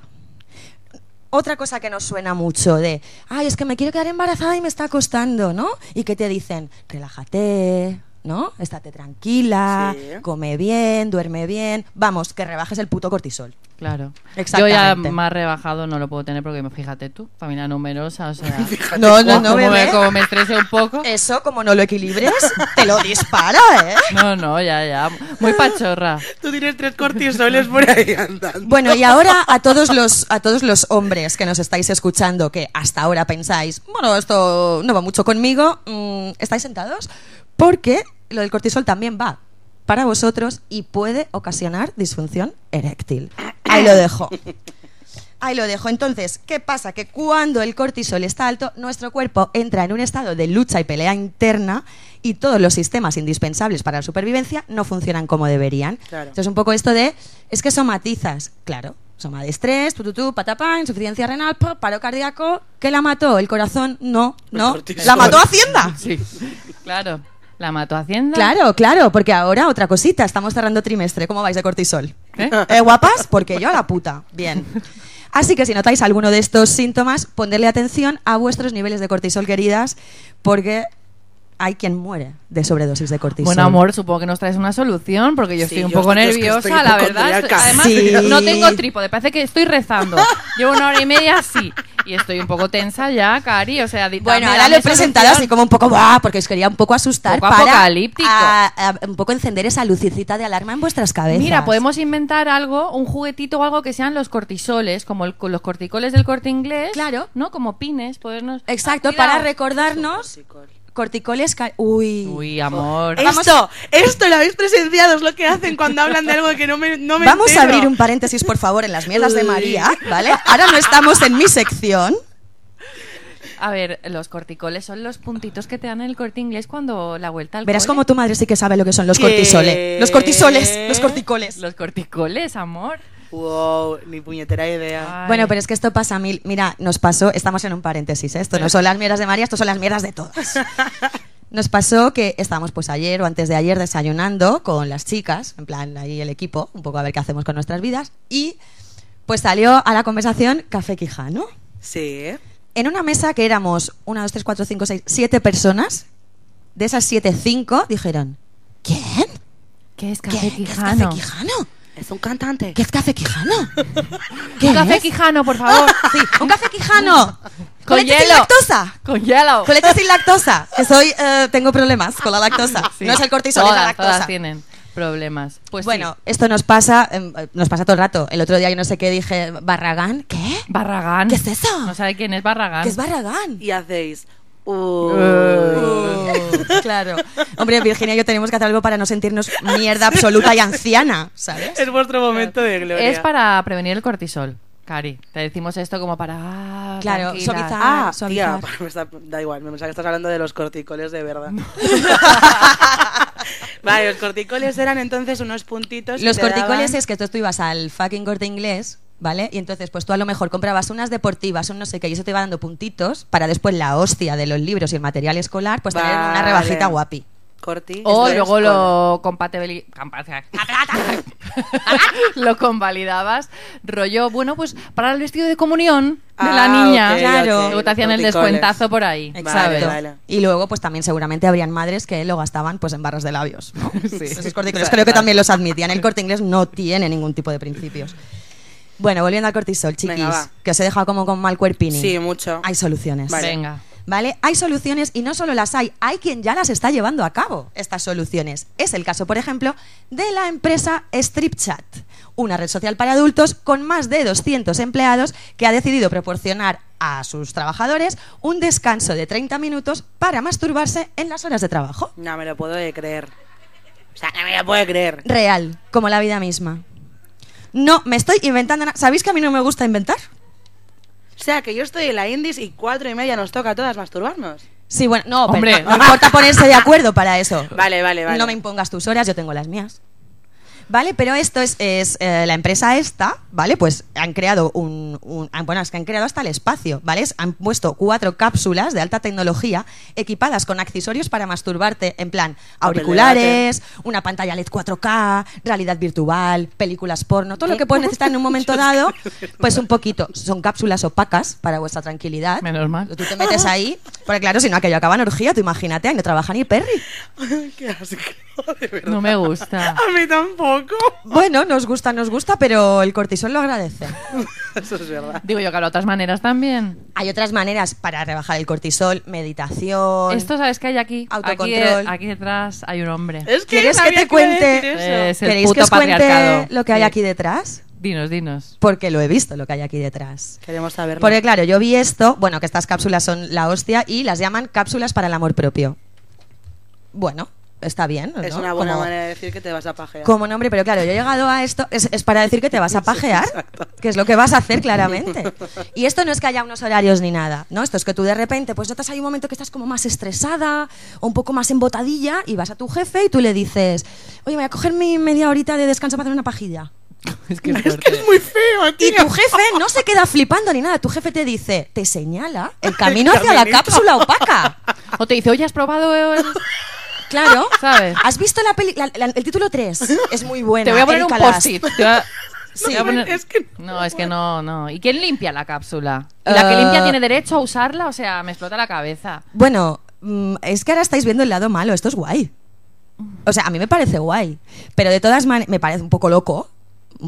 A: Otra cosa que nos suena mucho de, ay, es que me quiero quedar embarazada y me está costando, ¿no? Y que te dicen, relájate, ¿no? Estate tranquila,
C: Sí.
A: come bien, duerme bien, vamos, que rebajes el puto cortisol.
B: Claro. Yo ya
A: Exactamente.
B: más rebajado no lo puedo tener porque fíjate tú, familia numerosa, o sea.
A: No, no, no,
B: como-
A: Eh.
B: como, me,
A: bebé.
B: como me estrese un poco.
A: Eso, como no lo equilibres, te lo dispara, ¿eh?
B: No, no, ya, ya. Muy pachorra.
C: Tú tienes tres cortisoles por ahí andando.
A: Bueno, y ahora a todos los a todos los hombres que nos estáis escuchando que hasta ahora pensáis, bueno, esto no va mucho conmigo, mm, estáis sentados porque lo del cortisol también va para vosotros y puede ocasionar disfunción eréctil. Ahí lo dejo. Ahí lo dejo. Entonces, ¿qué pasa? Que cuando el cortisol está alto, nuestro cuerpo entra en un estado de lucha y pelea interna y todos los sistemas indispensables para la supervivencia no funcionan como deberían.
C: Claro.
A: Entonces, un poco esto de, es que somatizas, claro. Soma de estrés, tu, tu, tu, patapá, insuficiencia renal, pa, paro cardíaco. ¿Qué la mató? El corazón, no, no.
C: cortisol.
A: La mató Hacienda.
B: Sí. Claro. La mató Hacienda.
A: Ah. Claro, claro, porque ahora otra cosita, estamos cerrando trimestre, ¿cómo vais de cortisol?
B: ¿Eh?
A: Eh, guapas, porque yo a la puta. Bien. Así que si notáis alguno de estos síntomas, ponerle atención a vuestros niveles de cortisol, queridas, porque hay quien muere de sobredosis de cortisol.
B: Bueno, amor, supongo que nos traes una solución porque yo
C: Sí,
B: estoy un
C: yo
B: poco
C: estoy- es que
B: nerviosa,
C: estoy
B: la verdad.
C: hipocondriaca.
B: Estoy- además,
A: Sí.
B: no tengo trípode, parece que estoy rezando. Llevo una hora y media así y estoy un poco tensa ya, Cari. O sea, di-
A: Bueno,
B: dame-
A: ahora lo
B: dame
A: he presentado
B: solución.
A: así como un poco, ¡buah! porque os quería un poco asustar
B: Un poco
A: para
B: apocalíptico.
A: a- a- un poco encender esa lucecita de alarma en vuestras cabezas.
B: Mira, podemos inventar algo, un juguetito o algo que sean los cortisoles, como el- los corticoles del corte inglés.
A: Claro.
B: ¿No? Como pines, podernos.
A: Exacto,
B: Ah, cuidado.
A: para recordarnos corticoles... ca- Uy.
B: Uy, amor.
C: Esto, esto lo habéis presenciado, es lo que hacen cuando hablan de algo que no me, no me
A: Vamos a
C: entero.
A: abrir un paréntesis, por favor, en las mierdas de
C: Uy.
A: María, ¿vale? Ahora no estamos en mi sección.
B: A ver, los corticoles son los puntitos que te dan en el corte inglés cuando la vuelta al
A: Verás
B: cole.
A: como tu madre sí que sabe lo que son los
C: ¿Qué?
A: cortisoles. Los cortisoles, los corticoles.
B: Los corticoles, amor.
C: Wow, ni puñetera idea.
B: Ay.
A: Bueno, pero es que esto pasa a mil. Mira, nos pasó, estamos en un paréntesis, ¿eh? esto no son las mierdas de María, esto son las mierdas de todas. Nos pasó que estábamos pues ayer o antes de ayer desayunando con las chicas, en plan ahí el equipo, un poco a ver qué hacemos con nuestras vidas, y pues salió a la conversación Café Quijano.
C: Sí.
A: en una mesa que éramos 1, 2, 3, 4, 5, 6, 7 personas, de esas 7, 5 dijeron, ¿quién?
B: ¿Qué es
A: ¿Qué?
B: café
A: ¿Qué es
B: quijano?
A: Café Quijano?
C: Es un cantante.
A: ¿Qué es Café Quijano?
B: Un café
A: es?
B: quijano, por favor.
A: Sí, un café quijano.
B: Con
A: leche sin
B: hielo.
A: lactosa.
B: Con hielo.
A: Con leche sin lactosa. Que soy, eh, tengo problemas con la lactosa.
B: Ah, Sí.
A: No es el cortisol,
B: todas,
A: es la lactosa.
B: Todas tienen problemas. Pues
A: bueno,
B: sí.
A: esto nos pasa, em, eh, nos pasa todo el rato. El otro día yo no sé qué dije, Barragán, ¿qué?
B: Barragán.
A: ¿Qué es eso?
B: No sabe quién es Barragán.
A: ¿Qué es Barragán?
C: Y hacéis. uy.
A: Uh, claro. Hombre, Virginia y yo tenemos que hacer algo para no sentirnos mierda absoluta y anciana, ¿sabes?
C: Es vuestro momento de gloria.
B: Es para prevenir el cortisol, Cari. Te decimos esto como para. ah,
A: Claro,
B: tranquila.
A: suavizar.
C: Ah,
A: suavizar.
C: tía, me está- da igual, me pensaba que estás hablando de los corticoles de verdad. vale, los corticoles eran entonces unos puntitos. que
A: Los
C: te
A: corticoles
C: daban-
A: es que tú, tú ibas al fucking corte inglés, ¿vale? Y entonces, pues tú a lo mejor comprabas unas deportivas, un no sé qué, y eso te iba dando puntitos para después la hostia de los libros y el material escolar, pues tener una
C: Vale.
A: rebajita guapi.
C: Corti.
B: O
C: esto es
B: Oh, luego
C: col.
B: lo compatibili- compa- lo convalidabas. Rollo, bueno, pues para el vestido de comunión de la
C: Ah,
B: niña.
C: ok,
A: Claro.
C: ok,
B: Luego te hacían el
C: corticoles.
B: descuentazo por ahí.
C: Vale,
A: Exacto.
C: vale.
A: Y luego, pues también seguramente habrían madres que lo gastaban pues en barras de labios. ¿no?
B: Sí.
A: Esos corticoles creo que también los admitían. El corte inglés no tiene ningún tipo de principios. Bueno, volviendo al cortisol, chiquis,
C: Venga, va.
A: que os he dejado como con mal cuerpini.
C: Sí, mucho.
A: Hay soluciones.
C: Vale.
B: Venga.
A: ¿Vale? Hay soluciones y no solo las hay, hay quien ya las está llevando a cabo, estas soluciones. Es el caso, por ejemplo, de la empresa StripChat, una red social para adultos con más de 200 empleados que ha decidido proporcionar a sus trabajadores un descanso de 30 minutos para masturbarse en las horas de trabajo.
C: No me lo puedo de creer. O sea, no me lo puedo de creer.
A: Real, como la vida misma. No, me estoy inventando nada. ¿Sabéis que a mí no me gusta inventar?
C: O sea, que yo estoy en la Indies y cuatro y media nos toca a todas masturbarnos.
A: Sí, bueno, no, pero
B: Hombre.
A: no, no importa ponerse de acuerdo para eso.
C: Vale, vale, vale.
A: No me impongas tus horas, yo tengo las mías. Vale, pero esto es, es, eh, la empresa esta, ¿vale? Pues han creado un, un- han- Bueno, es que han creado hasta el espacio, ¿vale? Es- Han puesto cuatro cápsulas de alta tecnología equipadas con accesorios para masturbarte, en plan
C: Papel de
A: auriculares, una pantalla E LED 4K, realidad virtual, películas porno, todo lo que puedes necesitar en un momento dado, pues un poquito. Son cápsulas opacas para vuestra tranquilidad.
B: Menos mal.
A: Tú te metes ahí, porque claro, si no, aquello acaba en orgía, tú imagínate, ahí no trabaja ni Perry.
C: Qué asco, de verdad.
B: No me gusta.
C: A mí tampoco.
A: Bueno, nos gusta, nos gusta, pero el cortisol lo agradece.
C: Eso es verdad.
B: Digo yo que habrá otras maneras también.
A: Hay otras maneras para rebajar el cortisol, meditación.
B: Esto sabes que hay aquí. Aquí, de-
A: Autocontrol. ¿Eh?
B: aquí detrás hay un hombre.
C: Es que
A: ¿Quieres
C: sabía
A: que te
C: iba a
A: cuente?
C: decir eso.
B: Es el
A: ¿Queréis que
B: puto
A: os cuente
B: patriarcado.
A: lo que hay
B: Sí.
A: aquí detrás?
B: Dinos, dinos.
A: Porque lo he visto, lo que hay aquí detrás.
C: Queremos saberlo.
A: Porque claro, yo vi esto, bueno, que estas cápsulas son la hostia y las llaman cápsulas para el amor propio. Bueno, está bien.
C: es
A: ¿no?
C: una buena
A: Como-
C: manera de decir que te vas a pajear.
A: Como nombre, pero claro, yo he llegado a esto, es, es para decir que te vas a pajear, que es lo que vas a hacer claramente. Y esto no es que haya unos horarios ni nada, ¿no? Esto es que tú de repente, pues notas hay un momento que estás como más estresada o un poco más embotadilla y vas a tu jefe y tú le dices, oye, voy a coger mi media horita de descanso para hacer una pajilla.
B: Es que es
C: Es que
B: fuerte.
C: es muy feo, tío.
A: Y tu jefe no se queda flipando ni nada, tu jefe te dice, te señala el camino
C: El
A: hacia la
C: caminito.
A: cápsula opaca.
B: O te dice, oye, ¿has probado? el-
A: Claro,
B: ¿Sabes?
A: ¿Has visto la peli- la- la- el título 3? Es muy buena.
B: Te voy a poner
A: Erika
B: un
A: Lass.
B: post-it. Te voy a-
A: Sí.
B: te voy a poner-
C: Es que no.
B: No, es que no, no. ¿Y quién limpia la cápsula? ¿Y la que
A: Eh,
B: limpia tiene derecho a usarla? O sea, me explota la cabeza.
A: Bueno, mm, es que ahora estáis viendo el lado malo, esto es guay. O sea, a mí me parece guay, pero de todas maneras me parece un poco loco.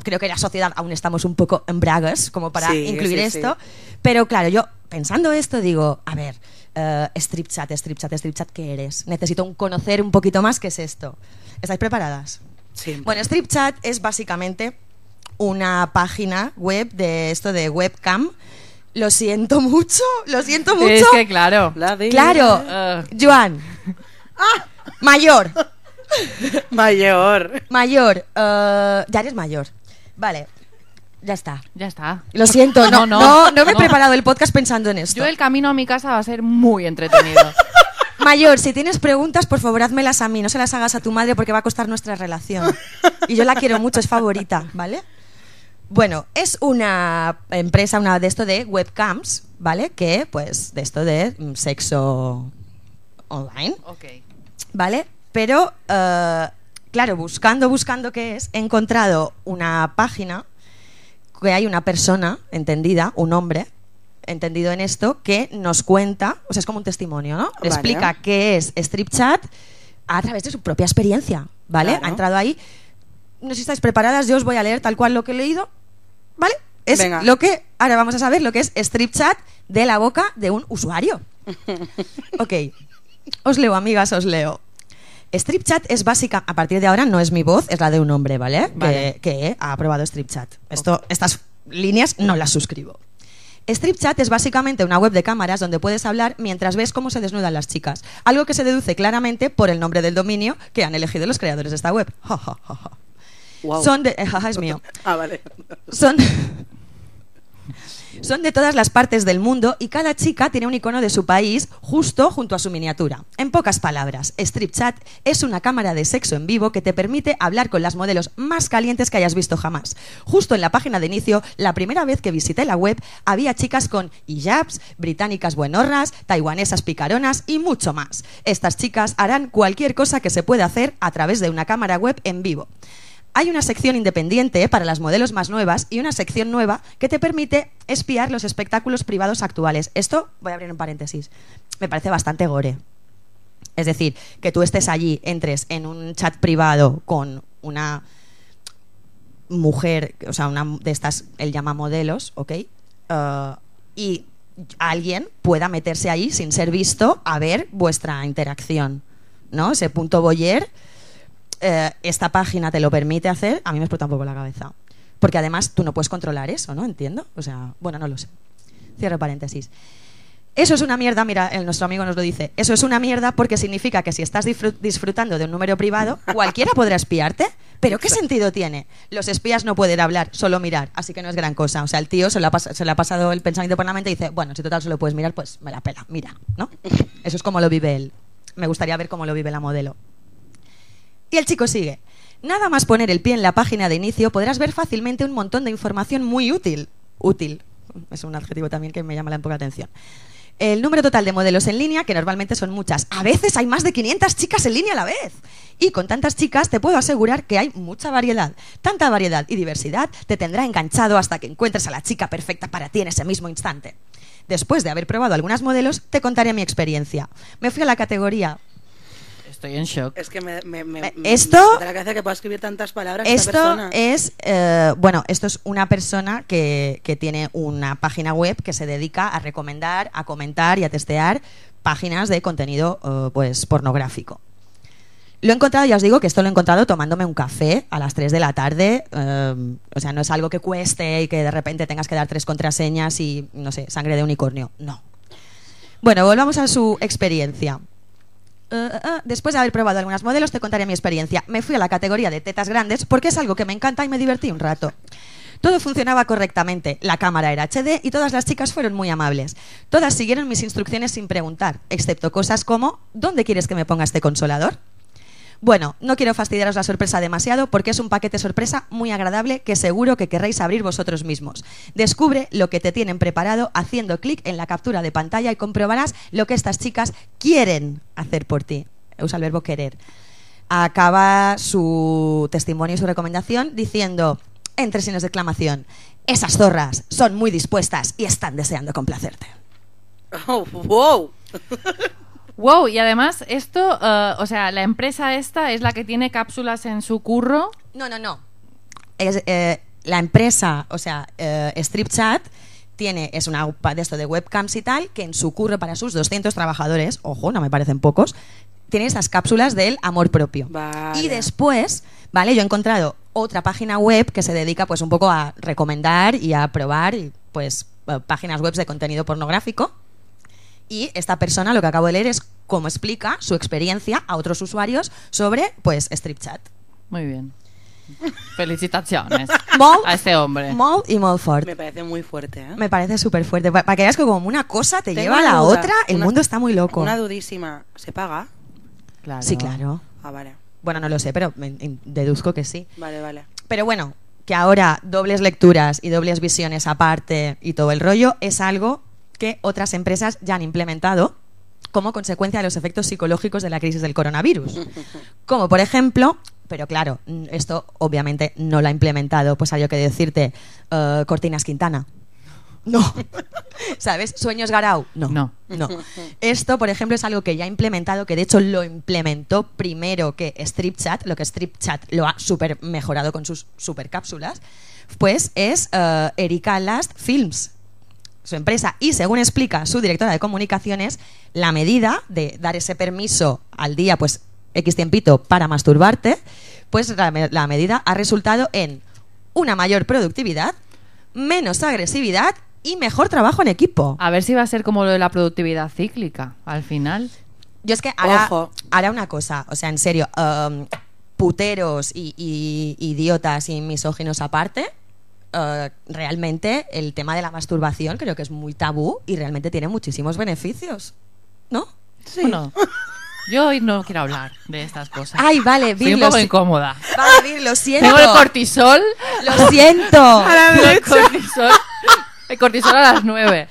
A: Creo que la sociedad aún estamos un poco en bragas como para
C: Sí,
A: incluir
C: sí, sí.
A: esto, pero claro, yo pensando esto digo, a ver, eh, strip chat, strip chat, strip chat, ¿qué eres? Necesito un conocer un poquito más qué es esto. ¿Estáis preparadas?
C: Siempre.
A: Bueno, Strip Chat es básicamente una página web de esto de webcam. Lo siento mucho, lo siento mucho.
B: Es que claro.
C: La vida
A: Claro,
B: Ah.
A: Joan. Mayor,
C: Mayor.
A: mayor. eh, ya eres mayor. Vale, ya está.
B: Ya está.
A: Lo siento, no, no,
B: No, no,
A: no, me he
B: no.
A: preparado el podcast pensando en esto.
B: Yo el camino a mi casa va a ser muy entretenido.
A: Mayor, si tienes preguntas, por favor, házmelas a mí. No se las hagas a tu madre porque va a costar nuestra relación. Y yo la quiero mucho, es favorita, ¿vale? Bueno, es una empresa, una de esto de webcams, ¿vale? Que, pues, de esto de mm, sexo online,
B: ok.
A: ¿vale? Pero, eh, claro, buscando, buscando qué es, he encontrado una página que hay una persona entendida, un hombre entendido en esto, que nos cuenta, o sea, es como un testimonio, ¿no?
C: Vale.
A: Explica qué es Strip Chat a través de su propia experiencia, ¿vale?
C: Claro.
A: Ha entrado ahí. No sé si estáis preparadas, yo os voy a leer tal cual lo que he leído, ¿vale? Es
C: Venga.
A: lo que, ahora vamos a saber lo que es Strip Chat de la boca de un usuario. Ok, os leo, amigas, os leo. Strip Chat es básica, a partir de ahora no es mi voz, es la de un hombre, ¿vale? Que-
B: Vale.
A: Que, ha aprobado Strip Chat. Esto, estas líneas no las suscribo. Strip Chat es básicamente una web de cámaras donde puedes hablar mientras ves cómo se desnudan las chicas, algo que se deduce claramente por el nombre del dominio que han elegido los creadores de esta web. Ja, ja, ja, ja.
C: Guau.
A: Son de, es mío.
C: Ah, vale.
A: Son, son de todas las partes del mundo y cada chica tiene un icono de su país justo junto a su miniatura. En pocas palabras, Strip Chat es una cámara de sexo en vivo que te permite hablar con las modelos más calientes que hayas visto jamás. Justo en la página de inicio, la primera vez que visité la web, había chicas con hijabs, británicas buenorras, taiwanesas picaronas y mucho más. Estas chicas harán cualquier cosa que se pueda hacer a través de una cámara web en vivo. Hay una sección independiente eh, para las modelos más nuevas y una sección nueva que te permite espiar los espectáculos privados actuales. Esto, voy a abrir un paréntesis, me parece bastante gore. Es decir, que tú estés allí, entres en un chat privado con una mujer, o sea, una de estas, él llama modelos, ¿ok? Eh, y alguien pueda meterse ahí sin ser visto a ver vuestra interacción, ¿no? Ese punto boyer eh, esta página te lo permite hacer, a mí me explota un poco la cabeza. Porque además tú no puedes controlar eso, ¿no? Entiendo. O sea, bueno, no lo sé. Cierro paréntesis. Eso es una mierda, mira, el- nuestro amigo nos lo dice. Eso es una mierda porque significa que si estás disfru- disfrutando de un número privado, cualquiera podrá espiarte. Pero ¿qué sentido tiene? Los espías no pueden hablar, solo mirar, así que no es gran cosa. O sea, el tío se le ha, pas- se le ha pasado el pensamiento por la mente y dice, bueno, si total solo puedes mirar, pues me la pela, mira, ¿no? Eso es como lo vive él. Me gustaría ver cómo lo vive la modelo. Y el chico sigue. Nada más poner el pie en la página de inicio podrás ver fácilmente un montón de información muy útil. Útil. Es un adjetivo también que me llama la poca atención. El número total de modelos en línea, que normalmente son muchas. A veces hay más de 500 chicas en línea a la vez. Y con tantas chicas te puedo asegurar que hay mucha variedad. Tanta variedad y diversidad te tendrá enganchado hasta que encuentres a la chica perfecta para ti en ese mismo instante. Después de haber probado algunas modelos, te contaré mi experiencia. Me fui a la categoría
B: Estoy en shock.
C: Es que me, me, me-
A: Eh,
C: me-
A: esto-
C: me salta la cabeza que pueda escribir tantas palabras esta
A: Esto
C: persona.
A: es, eh, bueno, esto es una persona que, que tiene una página web que se dedica a recomendar, a comentar y a testear páginas de contenido eh, pues pornográfico. Lo he encontrado, ya os digo que esto lo he encontrado tomándome un café a las 3 de la tarde. eh, o sea, no es algo que cueste y que de repente tengas que dar tres contraseñas y, no sé, sangre de unicornio. No. Bueno, volvamos a su experiencia. Eh, eh, eh, después de haber probado algunas modelos, te contaré mi experiencia. Me fui a la categoría de tetas grandes porque es algo que me encanta y me divertí un rato. Todo funcionaba correctamente, la cámara era HD y todas las chicas fueron muy amables. Todas siguieron mis instrucciones sin preguntar, excepto cosas como ¿dónde quieres que me ponga este consolador? Bueno, no quiero fastidiaros la sorpresa demasiado porque es un paquete sorpresa muy agradable que seguro que querréis abrir vosotros mismos. Descubre lo que te tienen preparado haciendo clic en la captura de pantalla y comprobarás lo que estas chicas quieren hacer por ti. Usa el verbo querer. Acaba su testimonio y su recomendación diciendo, entre signos de exclamación, esas zorras son muy dispuestas y están deseando complacerte.
C: Oh, wow.
B: Wow, y además esto, eh, o sea, la empresa esta es la que tiene cápsulas en su curro.
A: No, no, no. Es, eh, la empresa, o sea, eh, StripChat, tiene, es una UPA de esto de webcams y tal, que en su curro para sus 200 trabajadores, ojo, no me parecen pocos, tiene esas cápsulas del amor propio.
C: Vale.
A: Y después, ¿vale? Yo he encontrado otra página web que se dedica pues un poco a recomendar y a probar y, pues eh, páginas web de contenido pornográfico. Y esta persona lo que acabo de leer es cómo explica su experiencia a otros usuarios sobre pues StripChat.
B: Muy bien. Felicitaciones
A: Mol-
B: a este hombre.
A: Mall y Mall Ford.
C: Me parece muy fuerte, ¿eh?
A: Me parece súper fuerte. Pa- Para que veas que como una cosa te
C: Tengo
A: lleva a
C: una
A: la
C: duda,
A: otra, el
C: una-
A: mundo está muy loco.
C: Una dudísima. ¿Se paga?
B: Claro.
A: Sí, claro.
C: Ah, vale.
A: Bueno, no lo sé, pero me- in- deduzco que sí.
C: Vale, vale.
A: Pero bueno, que ahora dobles lecturas y dobles visiones aparte y todo el rollo es algo que otras empresas ya han implementado como consecuencia de los efectos psicológicos de la crisis del coronavirus. Como por ejemplo, pero claro, mm, esto obviamente no lo ha implementado, pues hay que decirte eh, Cortinas Quintana. No. ¿Sabes? Sueños Garau. No.
B: No.
A: Esto, por ejemplo, es algo que ya ha implementado, que de hecho lo implementó primero que StripChat, lo que StripChat lo ha super mejorado con sus super cápsulas, pues es eh, Erika Last Films, su empresa. Y según explica su directora de comunicaciones, la medida de dar ese permiso al día, pues X tiempito para masturbarte, pues la, me- la medida ha resultado en una mayor productividad, menos agresividad y mejor trabajo en equipo.
B: A ver si va a ser como lo de la productividad cíclica al final.
A: Yo es que hará,
C: Ojo.
A: hará una cosa, o sea, en serio, em, puteros y, y idiotas y misóginos aparte, eh, realmente el tema de la masturbación creo que es muy tabú y realmente tiene muchísimos beneficios, ¿no?
C: Sí.
B: Bueno, yo hoy no quiero hablar de estas cosas.
A: Ay, vale,
B: Estoy
A: Vir,
B: un
A: lo,
B: poco
A: si-
B: incómoda.
A: vale, Vir, lo Ah, siento.
B: Tengo el cortisol.
A: Lo siento.
B: El cortisol. El cortisol a las 9.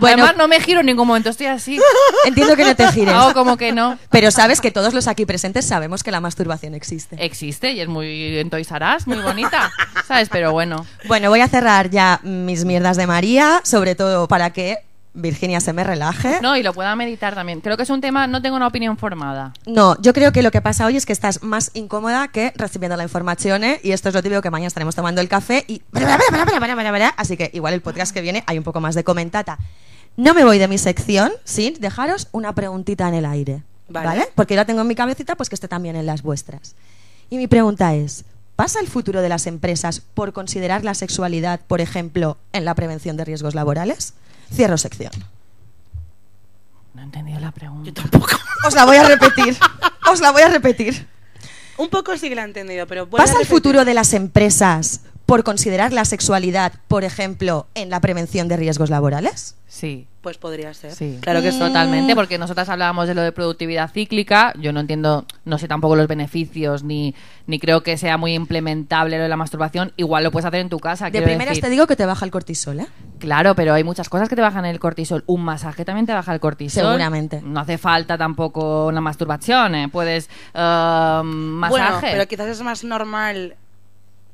A: Bueno.
B: Además, no me giro en ningún momento. Estoy así.
A: Entiendo que no te gires.
B: Hago como que no.
A: Pero sabes que todos los aquí presentes sabemos que la masturbación existe.
B: Eh. Existe y es muy en Toys R Us, muy bonita. ¿Sabes? Pero bueno.
A: Bueno, voy a cerrar ya mis mierdas de María, sobre todo para que Virginia se me relaje.
B: No, y lo pueda meditar también. Creo que es un tema, no tengo una opinión formada.
A: No, yo creo que lo que pasa hoy es que estás más incómoda que recibiendo la información ¿eh? y esto es lo típico que mañana estaremos tomando el café y... Así que igual el podcast que viene hay un poco más de comentata. No me voy de mi sección sin dejaros una preguntita en el aire.
C: Vale.
A: Vale. Porque la tengo en mi cabecita, pues que esté también en las vuestras. Y mi pregunta es, ¿pasa el futuro de las empresas por considerar la sexualidad, por ejemplo, en la prevención de riesgos laborales? Cierro sección.
B: No he entendido la pregunta.
C: tampoco.
A: Os la voy a repetir. Os la voy a repetir.
C: Un poco sí que la he entendido, pero vuelve a
A: ¿Pasa el
C: repetir.
A: futuro de las empresas por considerar la sexualidad, por ejemplo, en la prevención de riesgos laborales?
B: Sí.
C: Pues podría ser.
B: Sí,
C: Claro que sí.
B: Totalmente, porque nosotras hablábamos de lo de productividad cíclica. Yo no entiendo, no sé tampoco los beneficios, ni, ni creo que sea muy implementable lo de la masturbación. Igual lo puedes hacer en tu
C: Ah,
B: casa.
A: De
B: quiero
A: primeras
B: decir.
A: te digo que te baja el cortisol, ¿eh?
B: Claro, pero hay muchas cosas que te bajan el cortisol. Un masaje también te baja el cortisol.
A: Seguramente.
B: No hace falta tampoco una masturbación. ¿eh? Puedes. eh, masaje.
C: Mm, Bueno, pero quizás es más normal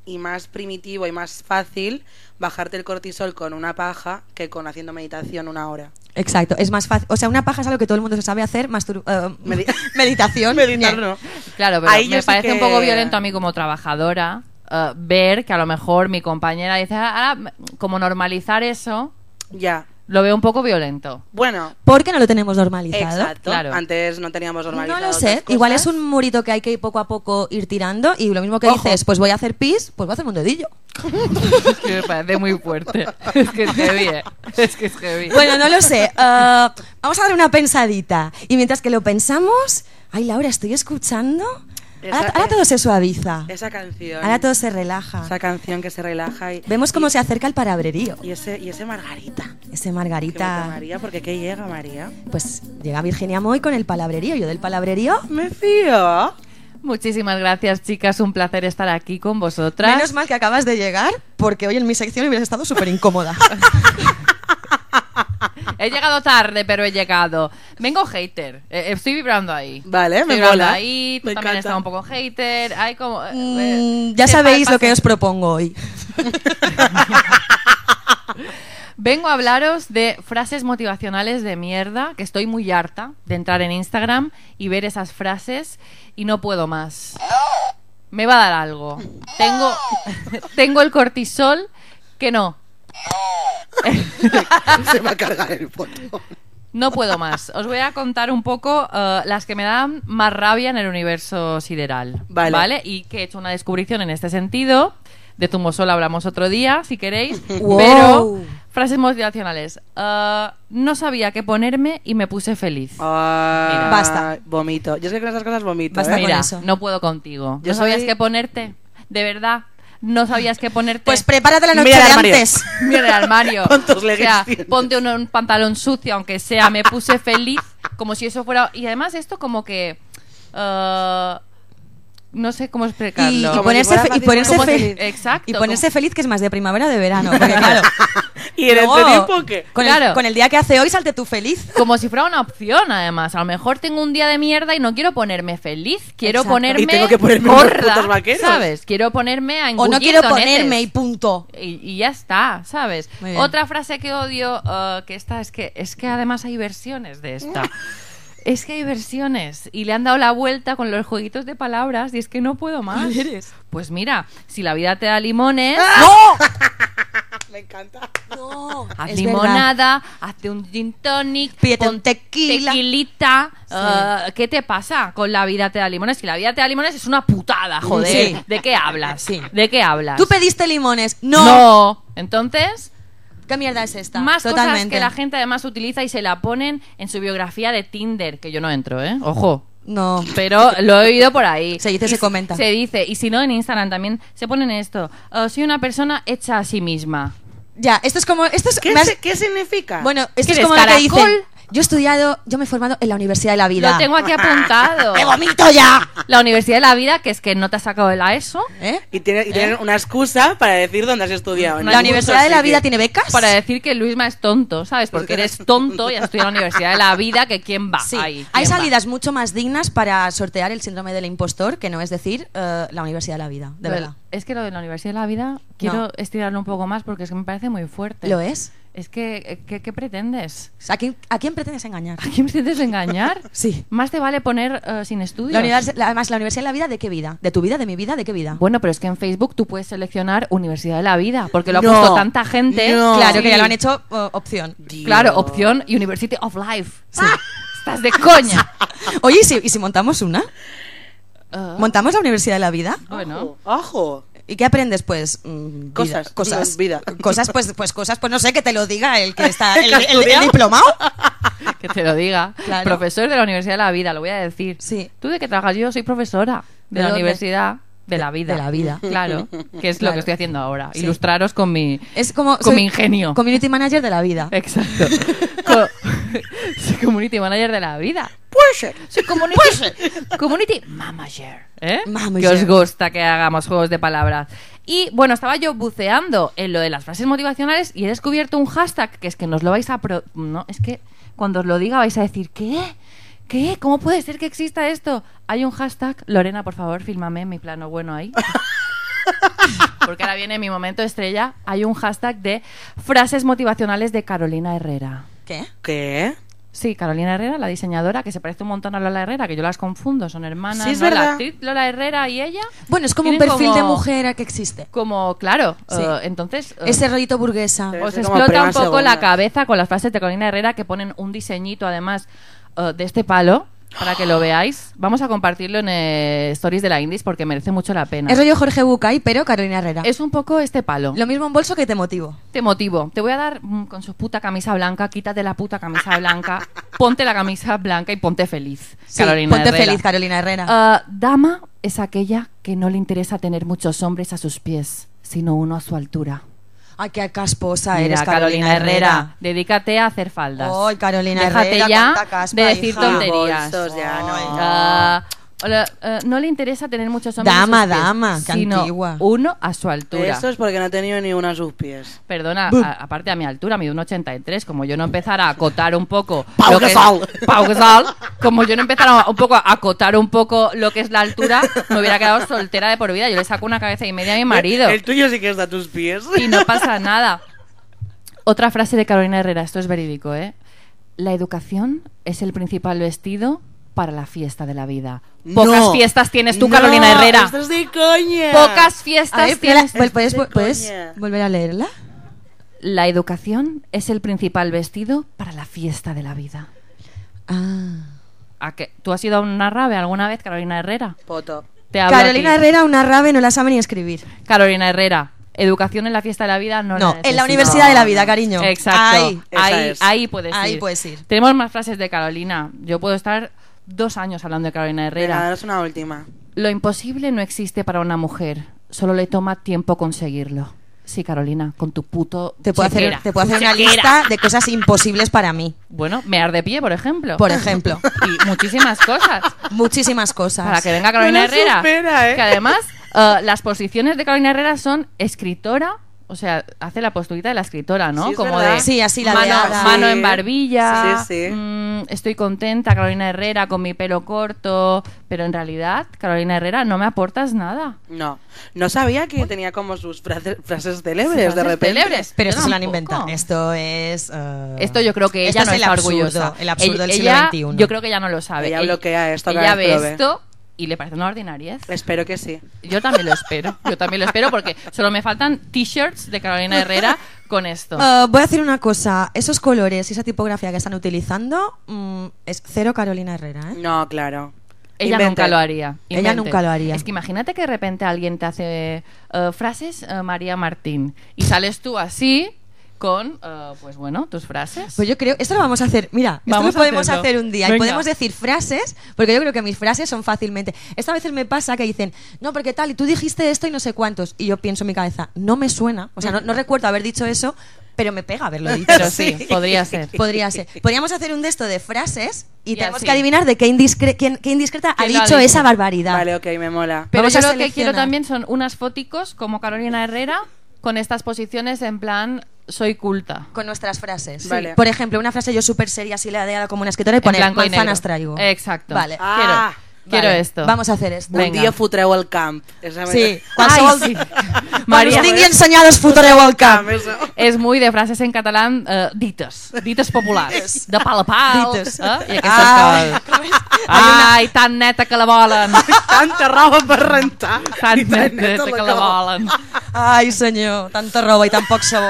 C: y más primitivo y más fácil bajarte el cortisol con una paja que con haciendo meditación una hora.
A: Exacto, es más fácil. O sea, una paja es algo que todo el mundo se sabe hacer, mastur- eh,
C: Medi-
A: meditación.
C: Meditar
A: ñe.
C: no.
B: Claro, pero
C: Ahí yo
B: me
C: sí
B: parece
C: que-
B: un poco violento a mí como trabajadora eh, ver que a lo mejor mi compañera dice, "Ah, ah", como normalizar eso,
C: Ya.
B: lo veo un poco violento.
C: Bueno,
A: ¿Por qué no lo tenemos normalizado?
C: exacto.
B: Claro.
C: Antes no teníamos
A: No
C: normalizado.
A: lo sé,
C: otras cosas.
A: igual es un murito que hay que poco a poco ir tirando y lo mismo que
B: Ojo.
A: dices, pues voy a hacer pis, pues voy a hacer un dedillo.
B: es que me parece muy fuerte. Es que es heavy. eh. Es que es heavy.
A: Bueno, no lo sé. Ah, vamos a dar una pensadita. Y mientras que lo pensamos, ay Laura, estoy escuchando. Ahora,
C: Esa-
A: ahora todo se suaviza.
C: Esa canción.
A: Ahora todo se relaja.
C: Esa canción que se relaja y.
A: Vemos cómo se acerca el palabrerío.
C: Y ese, y ese Margarita.
A: Ese
C: Que mata
A: Margarita.
C: María, porque qué llega María.
A: Pues llega Virginia Moy con el palabrerío. Yo del palabrerío.
C: Me fío.
B: Muchísimas gracias, chicas. Un placer estar aquí con vosotras.
A: Menos mal que acabas de llegar, porque hoy en mi sección hubieras estado súper incómoda.
B: He llegado tarde, pero he llegado. Vengo hater. Eh, eh, estoy vibrando ahí.
C: Vale,
B: Estoy
C: me
B: vibrando
C: mola.
B: ahí. Tú
C: Me
B: también
C: encanta.
B: estás un poco hater. Hay como. eh, eh,
A: Mm, ya
B: se
A: sabéis lo
B: palpa-
A: que os propongo hoy.
B: Vengo a hablaros de frases motivacionales de mierda, que estoy muy harta de entrar en Instagram y ver esas frases y no puedo más. Me va a dar algo. Tengo, tengo el cortisol que no.
C: Se va a cargar el foto.
B: No puedo más. Os voy a contar un poco eh, las que me dan más rabia en el universo sideral.
C: Vale.
B: Y que he hecho una descubrición en este sentido. De Zumosol hablamos otro día, si queréis.
A: Wow.
B: Pero, frases motivacionales. Eh, no sabía qué ponerme y me puse feliz.
C: Ah,
A: Basta.
C: Vomito. Yo es que con esas cosas vomito.
A: Basta
C: ¿eh?
A: con
B: Mira,
A: eso.
B: no puedo contigo.
C: Yo
B: no sabías
C: soy-
B: qué ponerte. De verdad. No sabías qué ponerte.
A: Pues prepárate la noche
C: Eh, Mira el
A: de
C: armario.
A: antes.
B: Mira el armario.
C: Con tus
B: O sea,
C: leggings tienes.
B: ponte un, un pantalón sucio, aunque sea. Me puse feliz, como si eso fuera. Y además, esto como que. eh, no sé cómo
A: Y,
B: explicarlo.
A: y
C: Como
A: ponerse,
C: si fuera
A: fe- y
C: fácil,
A: ponerse,
C: como
A: fe-
C: feliz.
B: Exacto,
A: y ponerse
B: como-
A: feliz que es más de primavera o de verano. porque claro,
C: ¿Y en
A: luego,
C: este tiempo qué?
A: Con, el,
B: Claro.
A: con el día que hace hoy, salte tú feliz.
B: Como si fuera una opción, además. A lo mejor tengo un día de mierda y no quiero ponerme feliz. Quiero
A: Exacto.
B: ponerme.
C: Y tengo que ponerme unos
B: gorda,
C: putos vaqueros.
B: ¿Sabes? Quiero ponerme
A: O
B: a
A: no
B: engullir
A: quiero
B: donetes.
A: ponerme y punto.
B: y, y ya está, ¿sabes?
A: Muy bien.
B: Otra frase que odio eh, que esta es que es que además hay versiones de esta. Es que hay versiones y le han dado la vuelta con los jueguitos de palabras y es que no puedo más. Pues mira, si la vida te da limones,
A: ¡Ah!
C: Me encanta.
A: No,
B: haz
A: es verdad.
B: limonada, hazte un gin tonic,
A: Pídete un
B: pon
A: tequila.
B: tequilita. eh, ¿Qué te pasa con la vida te da limones? Si la vida te da limones es una putada, joder.
A: Sí.
B: ¿De qué hablas?
A: Sí.
B: ¿De qué hablas?
A: Tú pediste limones. No.
B: no. Entonces,
A: ¿Qué mierda es esta?
B: Más
A: Totalmente.
B: cosas que la gente además utiliza y se la ponen en su biografía de Tinder, que yo no entro, ¿eh? Ojo.
A: No.
B: Pero lo he oído por ahí.
A: Se dice,
B: Y
A: se
B: si-
A: comenta.
B: Se dice, y si no, en Instagram también se ponen esto. "Oh, soy una persona hecha a sí misma.
A: Ya, esto es como. Esto es,
C: ¿Qué,
A: me has-
C: se- qué significa?
A: Bueno, esto es
B: ¿Quieres
A: como lo que
B: caracol?
A: dicen. Yo he estudiado, yo me he formado en la Universidad de la Vida.
B: Lo tengo aquí apuntado.
A: ¡Qué vomito ya!
B: La Universidad de la Vida, que es que no te has sacado de la ESO,
A: ¿Eh?
C: y tienen, y tienen una excusa para decir dónde has estudiado.
A: ¿La Universidad de la Vida tiene becas?
B: para decir que Luisma es tonto, ¿sabes? Porque eres tonto y has estudiado en la Universidad de la Vida, que quién va
A: Sí,
B: Ah, ahí.
A: hay
B: ¿Quién va?
A: salidas mucho más dignas para sortear el síndrome del impostor, que no es decir eh, la Universidad de la Vida, de
B: Lo del-
A: verdad.
B: Es que lo de la Universidad de la Vida quiero estirarlo un poco más porque es que me parece muy fuerte.
A: ¿Lo es?
B: Es que, eh, ¿qué, qué pretendes?
A: O sea, ¿A quién, a quién pretendes engañar?
B: ¿A quién pretendes engañar?
A: Sí.
B: Más te vale poner eh, sin estudios.
A: La univers- la- además, la Universidad de la Vida, ¿de qué vida? ¿De tu vida? ¿De mi vida? ¿De qué vida?
B: Bueno, pero es que en Facebook tú puedes seleccionar Universidad de la Vida porque lo ha
C: No,
B: puesto tanta gente.
C: no.
A: claro,
B: Sí.
A: que ya lo han hecho eh, opción.
B: Claro, opción University of Life.
A: Ah.
B: Estás de coña.
A: Oye, ¿y si, y si montamos una?
B: Eh,
A: ¿Montamos la Universidad de la Vida?
B: bueno,
C: Ojo.
A: ¿Y qué aprendes? Pues mm, vida,
C: Cosas,
A: cosas,
C: no, vida.
A: Cosas, pues, pues cosas, pues no sé, que te lo diga el que está, el,
C: Que ha
A: el- el
C: estudiado.
A: diplomado.
B: que te lo diga.
A: Claro.
B: Profesor de la Universidad de la Vida, lo voy a decir.
A: Sí.
B: ¿Tú de qué trabajas? Yo soy profesora de,
A: ¿De
B: la
A: dónde?
B: Universidad de la Vida.
A: de la vida.
B: Claro, que es lo
A: Claro.
B: que estoy haciendo ahora.
A: Sí.
B: Ilustraros con mi,
A: Es como.
B: con
A: soy
B: mi ingenio. Eh.
A: Community manager de la vida.
B: Exacto. Co- soy community manager de la vida.
C: Puede ser.
B: Soy community, Pues, community manager. ¿eh?
A: Mamager.
B: Que os gusta que hagamos juegos de palabras. Y bueno, estaba yo buceando en lo de las frases motivacionales y he descubierto un hashtag que es que nos lo vais a... pro- no, es que cuando os lo diga vais a decir, ¿qué? ¿Qué? ¿Cómo puede ser que exista esto? Hay un hashtag, Lorena, por favor, fílmame mi plano bueno ahí. Porque ahora viene mi momento estrella. Hay un hashtag de frases motivacionales de Carolina Herrera.
A: ¿Qué?
C: ¿Qué?
B: Sí, Carolina Herrera, la diseñadora, que se parece un montón a Lola Herrera, que yo las confundo, son hermanas.
C: Sí, es
B: ¿no?
C: verdad.
B: La actriz Lola Herrera y ella,
A: Bueno, es como un
B: Tienen
A: perfil de
B: como-
A: mujer a que existe.
B: como, claro,
A: Sí.
B: eh, entonces... eh,
A: Ese rollito burguesa.
C: Sí.
B: os
C: Parece como
B: explota
C: prima
B: un poco
C: segunda.
B: la cabeza con las frases de Carolina Herrera que ponen un diseñito además eh, de este palo para que lo veáis. Vamos a compartirlo en eh, Stories de la Indies porque merece mucho la pena.
A: Es rollo Jorge Bucay, pero Carolina Herrera.
B: Es un poco este palo.
A: Lo mismo en bolso que te motivo.
B: Te motivo. Te voy a dar mm, con su puta camisa blanca, quítate la puta camisa blanca, ponte la camisa blanca y ponte feliz.
A: Sí,
B: Carolina
A: ponte
B: Herrera.
A: feliz, Carolina Herrera.
B: Ah, dama es aquella que no le interesa tener muchos hombres a sus pies, sino uno a su altura.
A: Ay, qué casposa
B: Mira,
A: eres, Carolina, Herrera.
B: Dedícate a hacer faldas.
A: Ay, Carolina
B: Déjate
A: Herrera,
B: ya
A: cuánta caspa,
B: de decir
A: hija.
B: tonterías.
C: Bolsos, ya no.
B: Ah, hola, eh, no le interesa tener muchos hombres. a
A: Dama,
B: sus pies,
A: dama, qué
B: sino
A: antigua.
B: Uno a su altura.
C: Eso es porque no he tenido ni una a sus pies.
B: Perdona, a- aparte a mi altura, mido un 83, como yo no empezara a acotar un poco...
C: Pau
B: lo que es-
C: Gasol.
B: Pau Gasol, Como yo no empezara un poco a acotar un poco lo que es la altura, me hubiera quedado soltera de por vida. Yo le saco una cabeza y media a mi marido
C: El tuyo sí que está a tus pies.
B: y no pasa nada. Otra frase de Carolina Herrera, esto es verídico, ¿eh? La educación es el principal vestido para la fiesta de la vida. Pocas
C: No.
B: fiestas tienes tú,
C: No,
B: Carolina Herrera.
C: Esto es de coña.
B: Pocas fiestas
A: A ver,
B: tienes este
A: Pilar, ¿puedes,
C: de
A: puedes
C: coña.
A: volver a leerla?
B: La educación es el principal vestido para la fiesta de la vida.
A: Ah.
B: ¿A qué? ¿Tú has ido a una rave alguna vez, Carolina Herrera?
C: Poto.
B: Te hablo a
A: Carolina
B: ti.
A: Herrera, una rave, no la sabe ni escribir.
B: Carolina Herrera. Educación en la fiesta de la vida no,
A: No, en
B: la
A: la
B: necesito.
A: Universidad de la Vida, cariño.
B: Exacto.
A: Ahí,
B: Ahí,
C: esa
B: ahí,
C: es.
B: puedes
A: Ahí
B: ir.
A: puedes ir.
B: Tenemos más frases de Carolina. Yo puedo estar dos años hablando de Carolina
C: Venga,
B: Herrera.
C: danos una última.
B: Lo imposible no existe para una mujer. Solo le toma tiempo conseguirlo. Sí, Carolina, con tu puto.
A: Te puedo hacer,
B: chequera.
A: te puedo hacer
B: Tu
A: una
B: chequera.
A: lista de cosas imposibles para mí,
B: Bueno, mear de pie, por ejemplo.
A: por ejemplo.
B: Y muchísimas cosas.
A: Muchísimas cosas.
B: Para que venga Carolina
C: No lo
B: Herrera.
C: supera, ¿eh?
B: Que además, eh, las posiciones de Carolina Herrera son escritora. O sea, hace la posturita de la escritora, ¿no?
C: Sí, es
B: Como
C: verdad.
B: de
A: Sí, así la
B: mano,
A: ladeada.
B: mano
C: Sí.
B: en barbilla.
C: Sí, sí.
B: mm, estoy contenta, Carolina Herrera, con mi pelo corto. Pero en realidad, Carolina Herrera, no me aportas nada.
C: No. No sabía que tenía como sus frase- frases célebres de
B: Frases
C: repente.
B: célebres.
A: Pero
B: Yo
A: esto se lo han
B: tampoco.
A: inventado. Esto es. eh,
B: Esto yo creo que
A: esto
B: ella no
A: es el
B: está
A: absurdo,
B: orgullosa.
A: El absurdo del siglo
B: Ella-
A: XXI.
B: Yo creo que ella no lo sabe.
C: Ella bloquea esto cada
B: Ella
C: vez
B: ve
C: que lo ve.
B: esto y le parece una ordinariez.
C: Espero que sí.
B: Yo también lo espero. Yo también lo espero porque solo me faltan t-shirts de Carolina Herrera con esto.
A: Eh, voy a decir una cosa. Esos colores y esa tipografía que están utilizando mm, es cero Carolina Herrera, ¿eh?
C: No, claro.
B: Ella
C: Inventen.
B: nunca lo haría.
A: Ella nunca lo haría.
B: Es que imagínate que de repente alguien te hace eh, frases eh, María Martín y sales tú así con, eh, pues bueno, tus frases.
A: Pues yo creo, esto lo vamos a hacer, mira,
B: Vamos
A: esto
B: a
A: lo podemos
B: hacerlo.
A: hacer un día y
B: Venga.
A: podemos decir frases, porque yo creo que mis frases son fácilmente. Esta veces me pasa que dicen, no, porque tal, y tú dijiste esto y no sé cuántos, y yo pienso en mi cabeza, no me suena, o sea, no, no recuerdo haber dicho eso, pero me pega haberlo dicho.
B: Pero sí, podría ser.
A: Podría ser. Podríamos hacer un de esto de frases y,
B: Y
A: tenemos
B: así.
A: que adivinar de qué, indiscre- quién- qué indiscreta ha
B: ¿Quién lo ha
A: dicho
B: dicho?
A: esa barbaridad.
C: Vale, ok, me mola.
B: Pero
A: Vamos
B: yo
A: a
B: lo que quiero
A: seleccionar.
B: también son unas fóticos como Carolina Herrera con estas posiciones en plan soy culta.
A: Con nuestras frases.
C: Sí. Vale.
A: Por ejemplo, una frase yo súper seria, así la de como una escritora y
B: En
A: poner
B: blanco y
A: manzanas
B: negro.
A: traigo.
B: Exacto.
A: Vale.
C: Ah,
B: quiero
C: vale.
B: quiero esto.
A: Vamos a hacer esto.
B: Venga.
C: Un día futreo al camp. Esa me-
A: Sí.
B: Ay,
A: Cuando
B: sí.
A: María.
B: María.
A: Los enseñados Future World
C: Camp,
A: Cup.
C: eso.
B: És muy de frases en catalán eh, dites, dites populars,
A: Dites.
B: de pal a pal,
A: Dites.
B: eh? i
A: Ai,
B: aquestes coses. Ai, tan neta que la volen,
C: Tanta roba per rentar.
B: tan
C: I
B: neta,
C: neta
B: que la volen.
A: Ay, señor, tanta roba y tan poc sabó.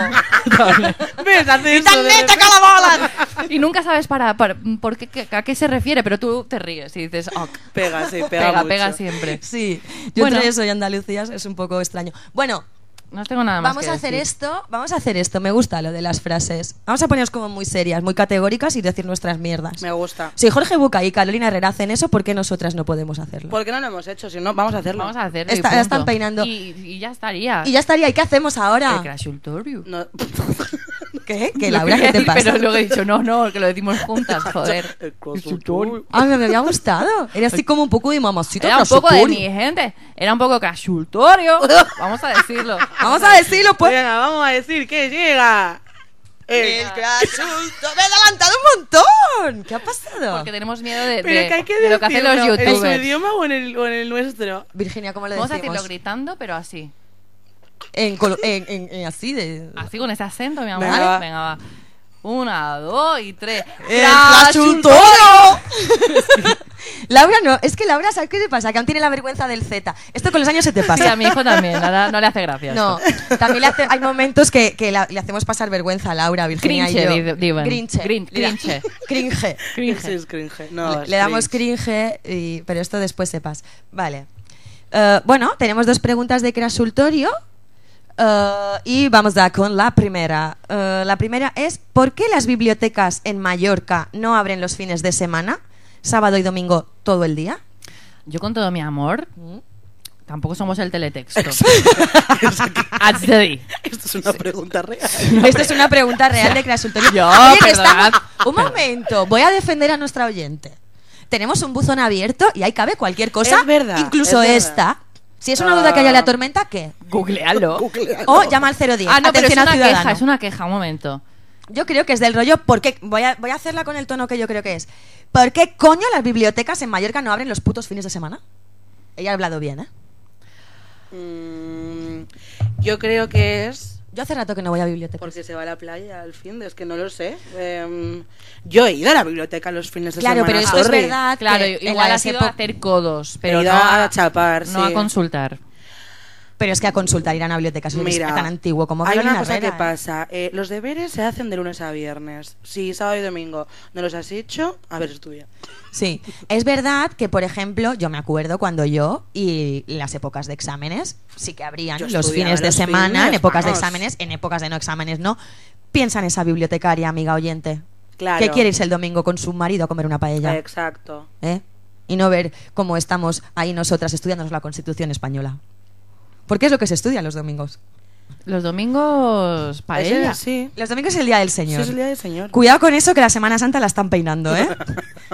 C: Ves, hace
A: I tan
C: eso de
A: neta que la volan.
B: Y nunca sabes para, para- por qué, que- a qué se refiere, pero tú te ríes y dices, ok,
C: Pega, sí, pega
B: pega,
C: mucho.
B: pega siempre.
A: Sí, yo
B: Bueno.
A: entre eso y Andalucía es un poco extraño. Bueno,
B: No tengo nada más.
A: Vamos
B: que
A: a hacer
B: decir.
A: esto, vamos a hacer esto. Me gusta lo de las frases. Vamos a ponernos como muy serias, muy categóricas y decir nuestras mierdas.
C: Me gusta.
A: Si Jorge Buca y Carolina Herrera hacen eso, ¿por qué nosotras no podemos hacerlo?
B: Pues,
C: ¿Por qué no lo hemos hecho? Si no, vamos a hacerlo.
B: Vamos a hacerlo. y
A: Está-
B: punto.
A: están peinando.
B: Y, y ya estaría.
A: Y ya estaría. ¿Y qué hacemos
B: El
A: ahora?
B: crashultorio.
C: No.
A: ¿Qué? ¿Qué,
B: Lo
A: Laura? ¿Qué
B: quería
A: te
B: decir,
A: pasa?
B: Pero luego he dicho, no, no, que lo decimos juntas, joder.
C: El consultorio.
A: Ah, me había gustado. Era así como un poco de mamacita.
B: Era un poco de
A: crasuturio.
B: mi gente. Era un poco crashultorio. Vamos a decirlo.
A: Vamos a decirlo, pues.
C: Venga, vamos a decir que llega. El-
A: crashulto. Me he adelantado un montón. ¿Qué ha pasado?
B: Porque tenemos miedo de,
C: Pero
B: de-
C: que hay que
B: de lo que hacen los
C: decirlo, ¿En su
B: youtubers.
C: idioma o en el, o en el nuestro?
A: Virginia, ¿cómo lo
B: Vamos a
A: decimos?
B: decirlo gritando, pero así.
A: en, colo- en, en- en así de...
B: Así con ese acento, mi amor.
C: Venga,
B: Venga,
C: va.
B: va. Una, dos y tres.
A: ¡El
B: Crashultorio.
A: Laura no, es que Laura, ¿sabes qué te pasa? Que aún tiene la vergüenza del Z. Esto con los años se te
B: Sí, a
A: pasa.
B: mi hijo también. Ahora no le hace gracia.
A: No,
B: esto.
A: también le hace- hay momentos que, que la- le hacemos pasar vergüenza a Laura, Virginia
B: Cringe,
A: y yo.
B: di- digan.
A: Grinche.
B: Grin-
A: Le da-
B: cringe.
A: Cringe.
B: Cringe.
C: Ese es cringe. No,
A: le,
C: es
A: le damos cringe, y- pero esto después sepas. Vale. Eh, bueno, tenemos dos preguntas de crasultorio eh, y vamos a con la primera. Eh, la primera es, ¿por qué las bibliotecas en Mallorca no abren los fines de semana, sábado y domingo, todo el día?
B: Yo con todo mi amor,
C: Mm.
B: tampoco somos el teletexto. Así.
C: Esto es una pregunta real.
A: Esta es una pregunta real de crasultorio.
B: Yo,
A: Oye, que
B: perdonad.
A: estamos- Un momento, voy a defender a nuestra oyente. Tenemos un buzón abierto y ahí cabe cualquier cosa,
C: Es verdad,
A: incluso
C: es verdad. Ah.
A: esta. Si es una duda que haya la tormenta, ¿qué?
B: Googlealo.
A: O llama al 010.
B: Ah, no, pero es
A: Atención
B: una
A: al ciudadano.
B: queja, es una queja, un momento.
A: Yo creo que es del rollo porque voy a, voy a hacerla con el tono que yo creo que es. ¿Por qué coño las bibliotecas en Mallorca no abren los putos fines de semana? Ella ha hablado bien, ¿eh?
C: Mm, yo creo que es
A: Yo hace rato que no voy a biblioteca.
C: porque se va a la playa al fin de, es que no lo sé. Em, yo he ido a la biblioteca los fines de
A: Claro,
C: semana.
A: pero esto es
C: sorry.
A: verdad. que
B: Ah, Claro,
A: en
B: igual ha
A: las
B: sido
A: epo-
B: a hacer codos, pero no
C: He ido
B: a,
C: a chapar,
B: no
C: sí.
B: a consultar.
A: Pero es que a consultar ir a una biblioteca eso es
C: Mira,
A: tan antiguo como
C: hay una
A: Carolina
C: cosa
A: Herrera,
C: que
A: ¿eh?
C: pasa. eh, los deberes se hacen de lunes a viernes. Si sábado y domingo no los has hecho, a ver, estudia.
A: Sí, es verdad que, por ejemplo, yo me acuerdo cuando yo y las épocas de exámenes, sí que habrían
C: Yo
A: los
C: estudiaba
A: fines de
C: los
A: semana, en
C: fines,
A: épocas de
C: vamos.
A: exámenes, en épocas de no exámenes no. Piensa en esa bibliotecaria, amiga oyente,
C: Claro.
A: que quiere irse el domingo con su marido a comer una paella.
C: Exacto.
A: ¿eh? Y no ver cómo estamos ahí nosotras estudiándonos la Constitución Española. Porque es lo que se estudia los domingos.
B: Los domingos
C: Ese-
B: paella.
C: Sí.
A: Los domingos es el Día del
C: Sí,
A: Señor.
C: es el día del señor.
A: Cuidado con eso, que la Semana Santa la están peinando, ¿eh?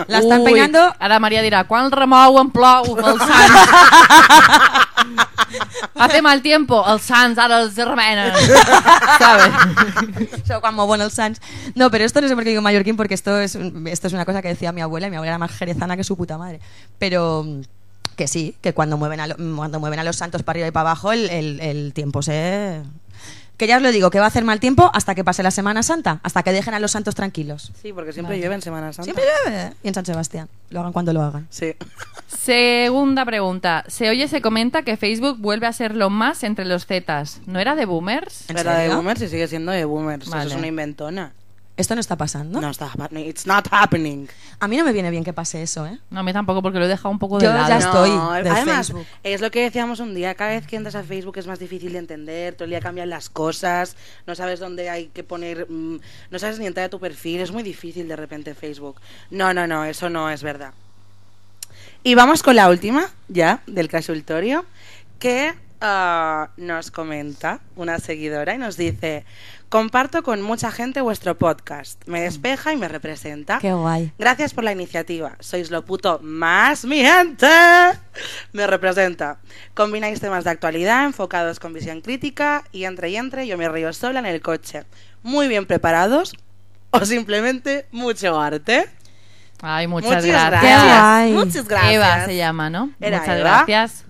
A: La están
B: Uy,
A: peinando
B: Ahora María dirá, ¿cuán remou en plou el Sants? Hace mal tiempo, el Sants ara els remenen. ¿Sabes?
A: So, como bueno el Sans. No, pero esto no sé por qué digo mallorquín, porque esto es, un- esto es una cosa que decía mi abuela, y mi abuela era más jerezana que su puta madre. Pero mm, que sí, que cuando mueven a, lo- cuando mueven a los santos para arriba y para abajo, el, el- el tiempo se... Que ya os lo digo, que va a hacer mal tiempo hasta que pase la Semana Santa, hasta que dejen a los santos tranquilos.
C: Sí, porque siempre llueve en Semana Santa.
A: Siempre llueve. Y en San Sebastián, lo hagan cuando lo hagan.
C: Sí.
B: Segunda pregunta. Se oye, se comenta que Facebook vuelve a ser lo más entre los Zetas. ¿No era de boomers?
A: ¿En
C: Era de
A: serio?
C: boomers y sigue siendo de boomers.
B: Vale.
C: Eso es una inventona.
A: Esto no está pasando.
C: No, está happening. It's not happening.
A: A mí no me viene bien que pase eso, ¿eh?
B: No, a mí tampoco, porque lo he dejado un poco de
A: Yo
B: lado.
A: Pues ya estoy de
C: además,
A: Facebook.
C: es lo que decíamos un día. Cada vez que entras a Facebook es más difícil de entender. Todo el día cambian las cosas. No sabes dónde hay que poner. mm, no sabes ni entrar a tu perfil. Es muy difícil de repente Facebook. No, no, no. Eso no es verdad. Y vamos con la última, ya, del consultorio, que ah, nos comenta una seguidora y nos dice: Comparto con mucha gente vuestro podcast. Me despeja y me representa.
A: Qué guay.
C: Gracias por la iniciativa. Sois lo puto más mi gente. Me representa. Combináis temas de actualidad enfocados con visión crítica y entre y entre yo me río sola en el coche. Muy bien preparados o simplemente mucho arte.
B: Ay, muchas,
C: Muchas
B: gracias.
A: Qué guay.
C: Muchas gracias.
B: Eva se llama, ¿no?
C: Era
B: muchas
C: Eva.
B: gracias.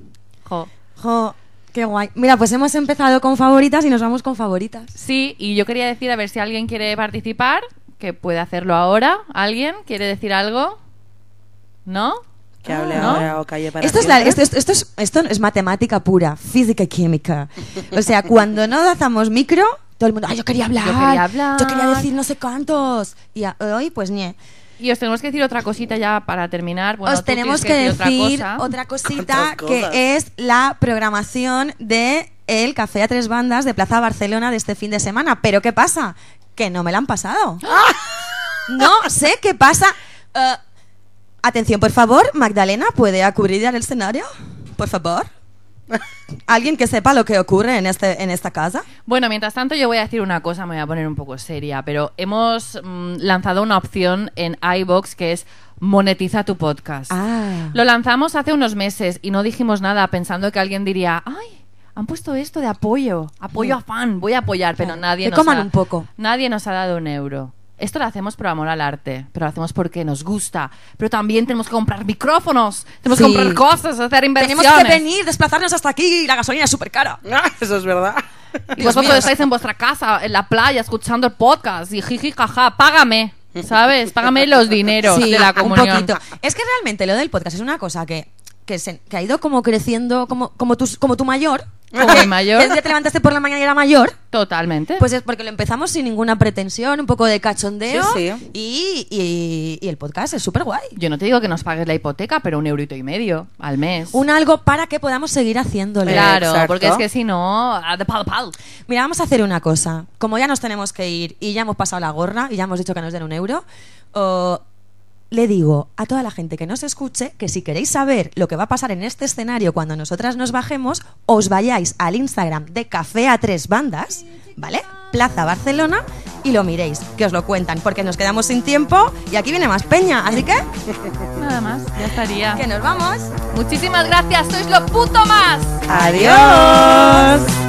B: Jo.
A: Jo, qué guay. Mira, pues hemos empezado con favoritas y nos vamos con favoritas.
B: Sí, y yo quería decir, a ver si alguien quiere participar, que puede hacerlo ahora. ¿Alguien quiere decir algo? ¿No?
C: Que hable
B: ¿No?
C: ahora o calle para
A: Esto es, la-
C: siempre.
A: esto, esto- esto es, esto es matemática pura, física y química. O sea, cuando no dazamos micro, todo el mundo, "Ay, yo quería hablar,
B: Yo quería hablar".
A: yo quería decir no sé cuántos. Y a- hoy, pues, nie.
B: Y os tenemos que decir otra cosita ya para terminar. Bueno,
A: Os
B: tú
A: tenemos que,
B: tienes
A: decir
B: otra
A: otra,
B: cosa.
A: cosita
C: Cuántas
A: que
C: cosas.
A: es la programación de el Café a Tres Bandas de Plaza Barcelona de este fin de semana. Pero ¿qué pasa? Que no me la han pasado. No sé qué pasa. Eh, atención, por favor, Magdalena, ¿puede acudir al escenario? Por favor. Alguien que sepa lo que ocurre en, este, en esta casa.
B: Bueno, mientras tanto yo voy a decir una cosa, me voy a poner un poco seria, pero hemos mm, lanzado una opción en iBox que es monetiza tu podcast.
A: Ah.
B: Lo lanzamos hace unos meses y no dijimos nada pensando que alguien diría, ay, han puesto esto de apoyo, apoyo a fan, voy a apoyar, pero
A: Claro,
B: nadie
A: Mm. que
B: nos
A: coman
B: ha,
A: un poco.
B: Nadie nos ha dado un euro. Esto lo hacemos por amor al arte, pero lo hacemos porque nos gusta. Pero también tenemos que comprar micrófonos, tenemos que
A: Sí.
B: comprar cosas, hacer inversiones.
A: Tenemos que venir, desplazarnos hasta aquí, la gasolina es súper cara.
C: Ah, Eso es verdad.
B: Y
A: Dios
B: vosotros
A: mío.
B: estáis en vuestra casa, en la playa, escuchando el podcast y jiji, jaja, págame, ¿sabes? Págame los dineros de la comunión.
A: Un poquito. Es que realmente lo del podcast es una cosa que, que, se- que ha ido como creciendo, como, como, tu, como tu mayor.
B: Como mi mayor.
A: Que un día te levantaste por la mañana y era mayor.
B: Totalmente.
A: Pues es porque lo empezamos sin ninguna pretensión, un poco de cachondeo.
C: Sí, sí.
A: Y, y- y el podcast es súper guay.
B: yo no te digo que nos pagues la hipoteca, pero un eurito y medio al mes.
A: Un algo para que podamos seguir haciéndolo.
B: Claro,
C: Exacto.
B: porque es que si no, a de pal pal.
A: Mira, vamos a hacer una cosa. Como ya nos tenemos que ir y ya hemos pasado la gorra y ya hemos dicho que nos den un euro, o- le digo a toda la gente que nos escuche que si queréis saber lo que va a pasar en este escenario cuando nosotras nos bajemos, os vayáis al Instagram de Café a Tres Bandas, ¿vale? Plaza Barcelona y lo miréis, que os lo cuentan, porque nos quedamos sin tiempo y aquí viene más peña, así que
B: Nada más, ya estaría.
A: que nos vamos.
B: Muchísimas gracias, sois lo puto más.
C: Adiós.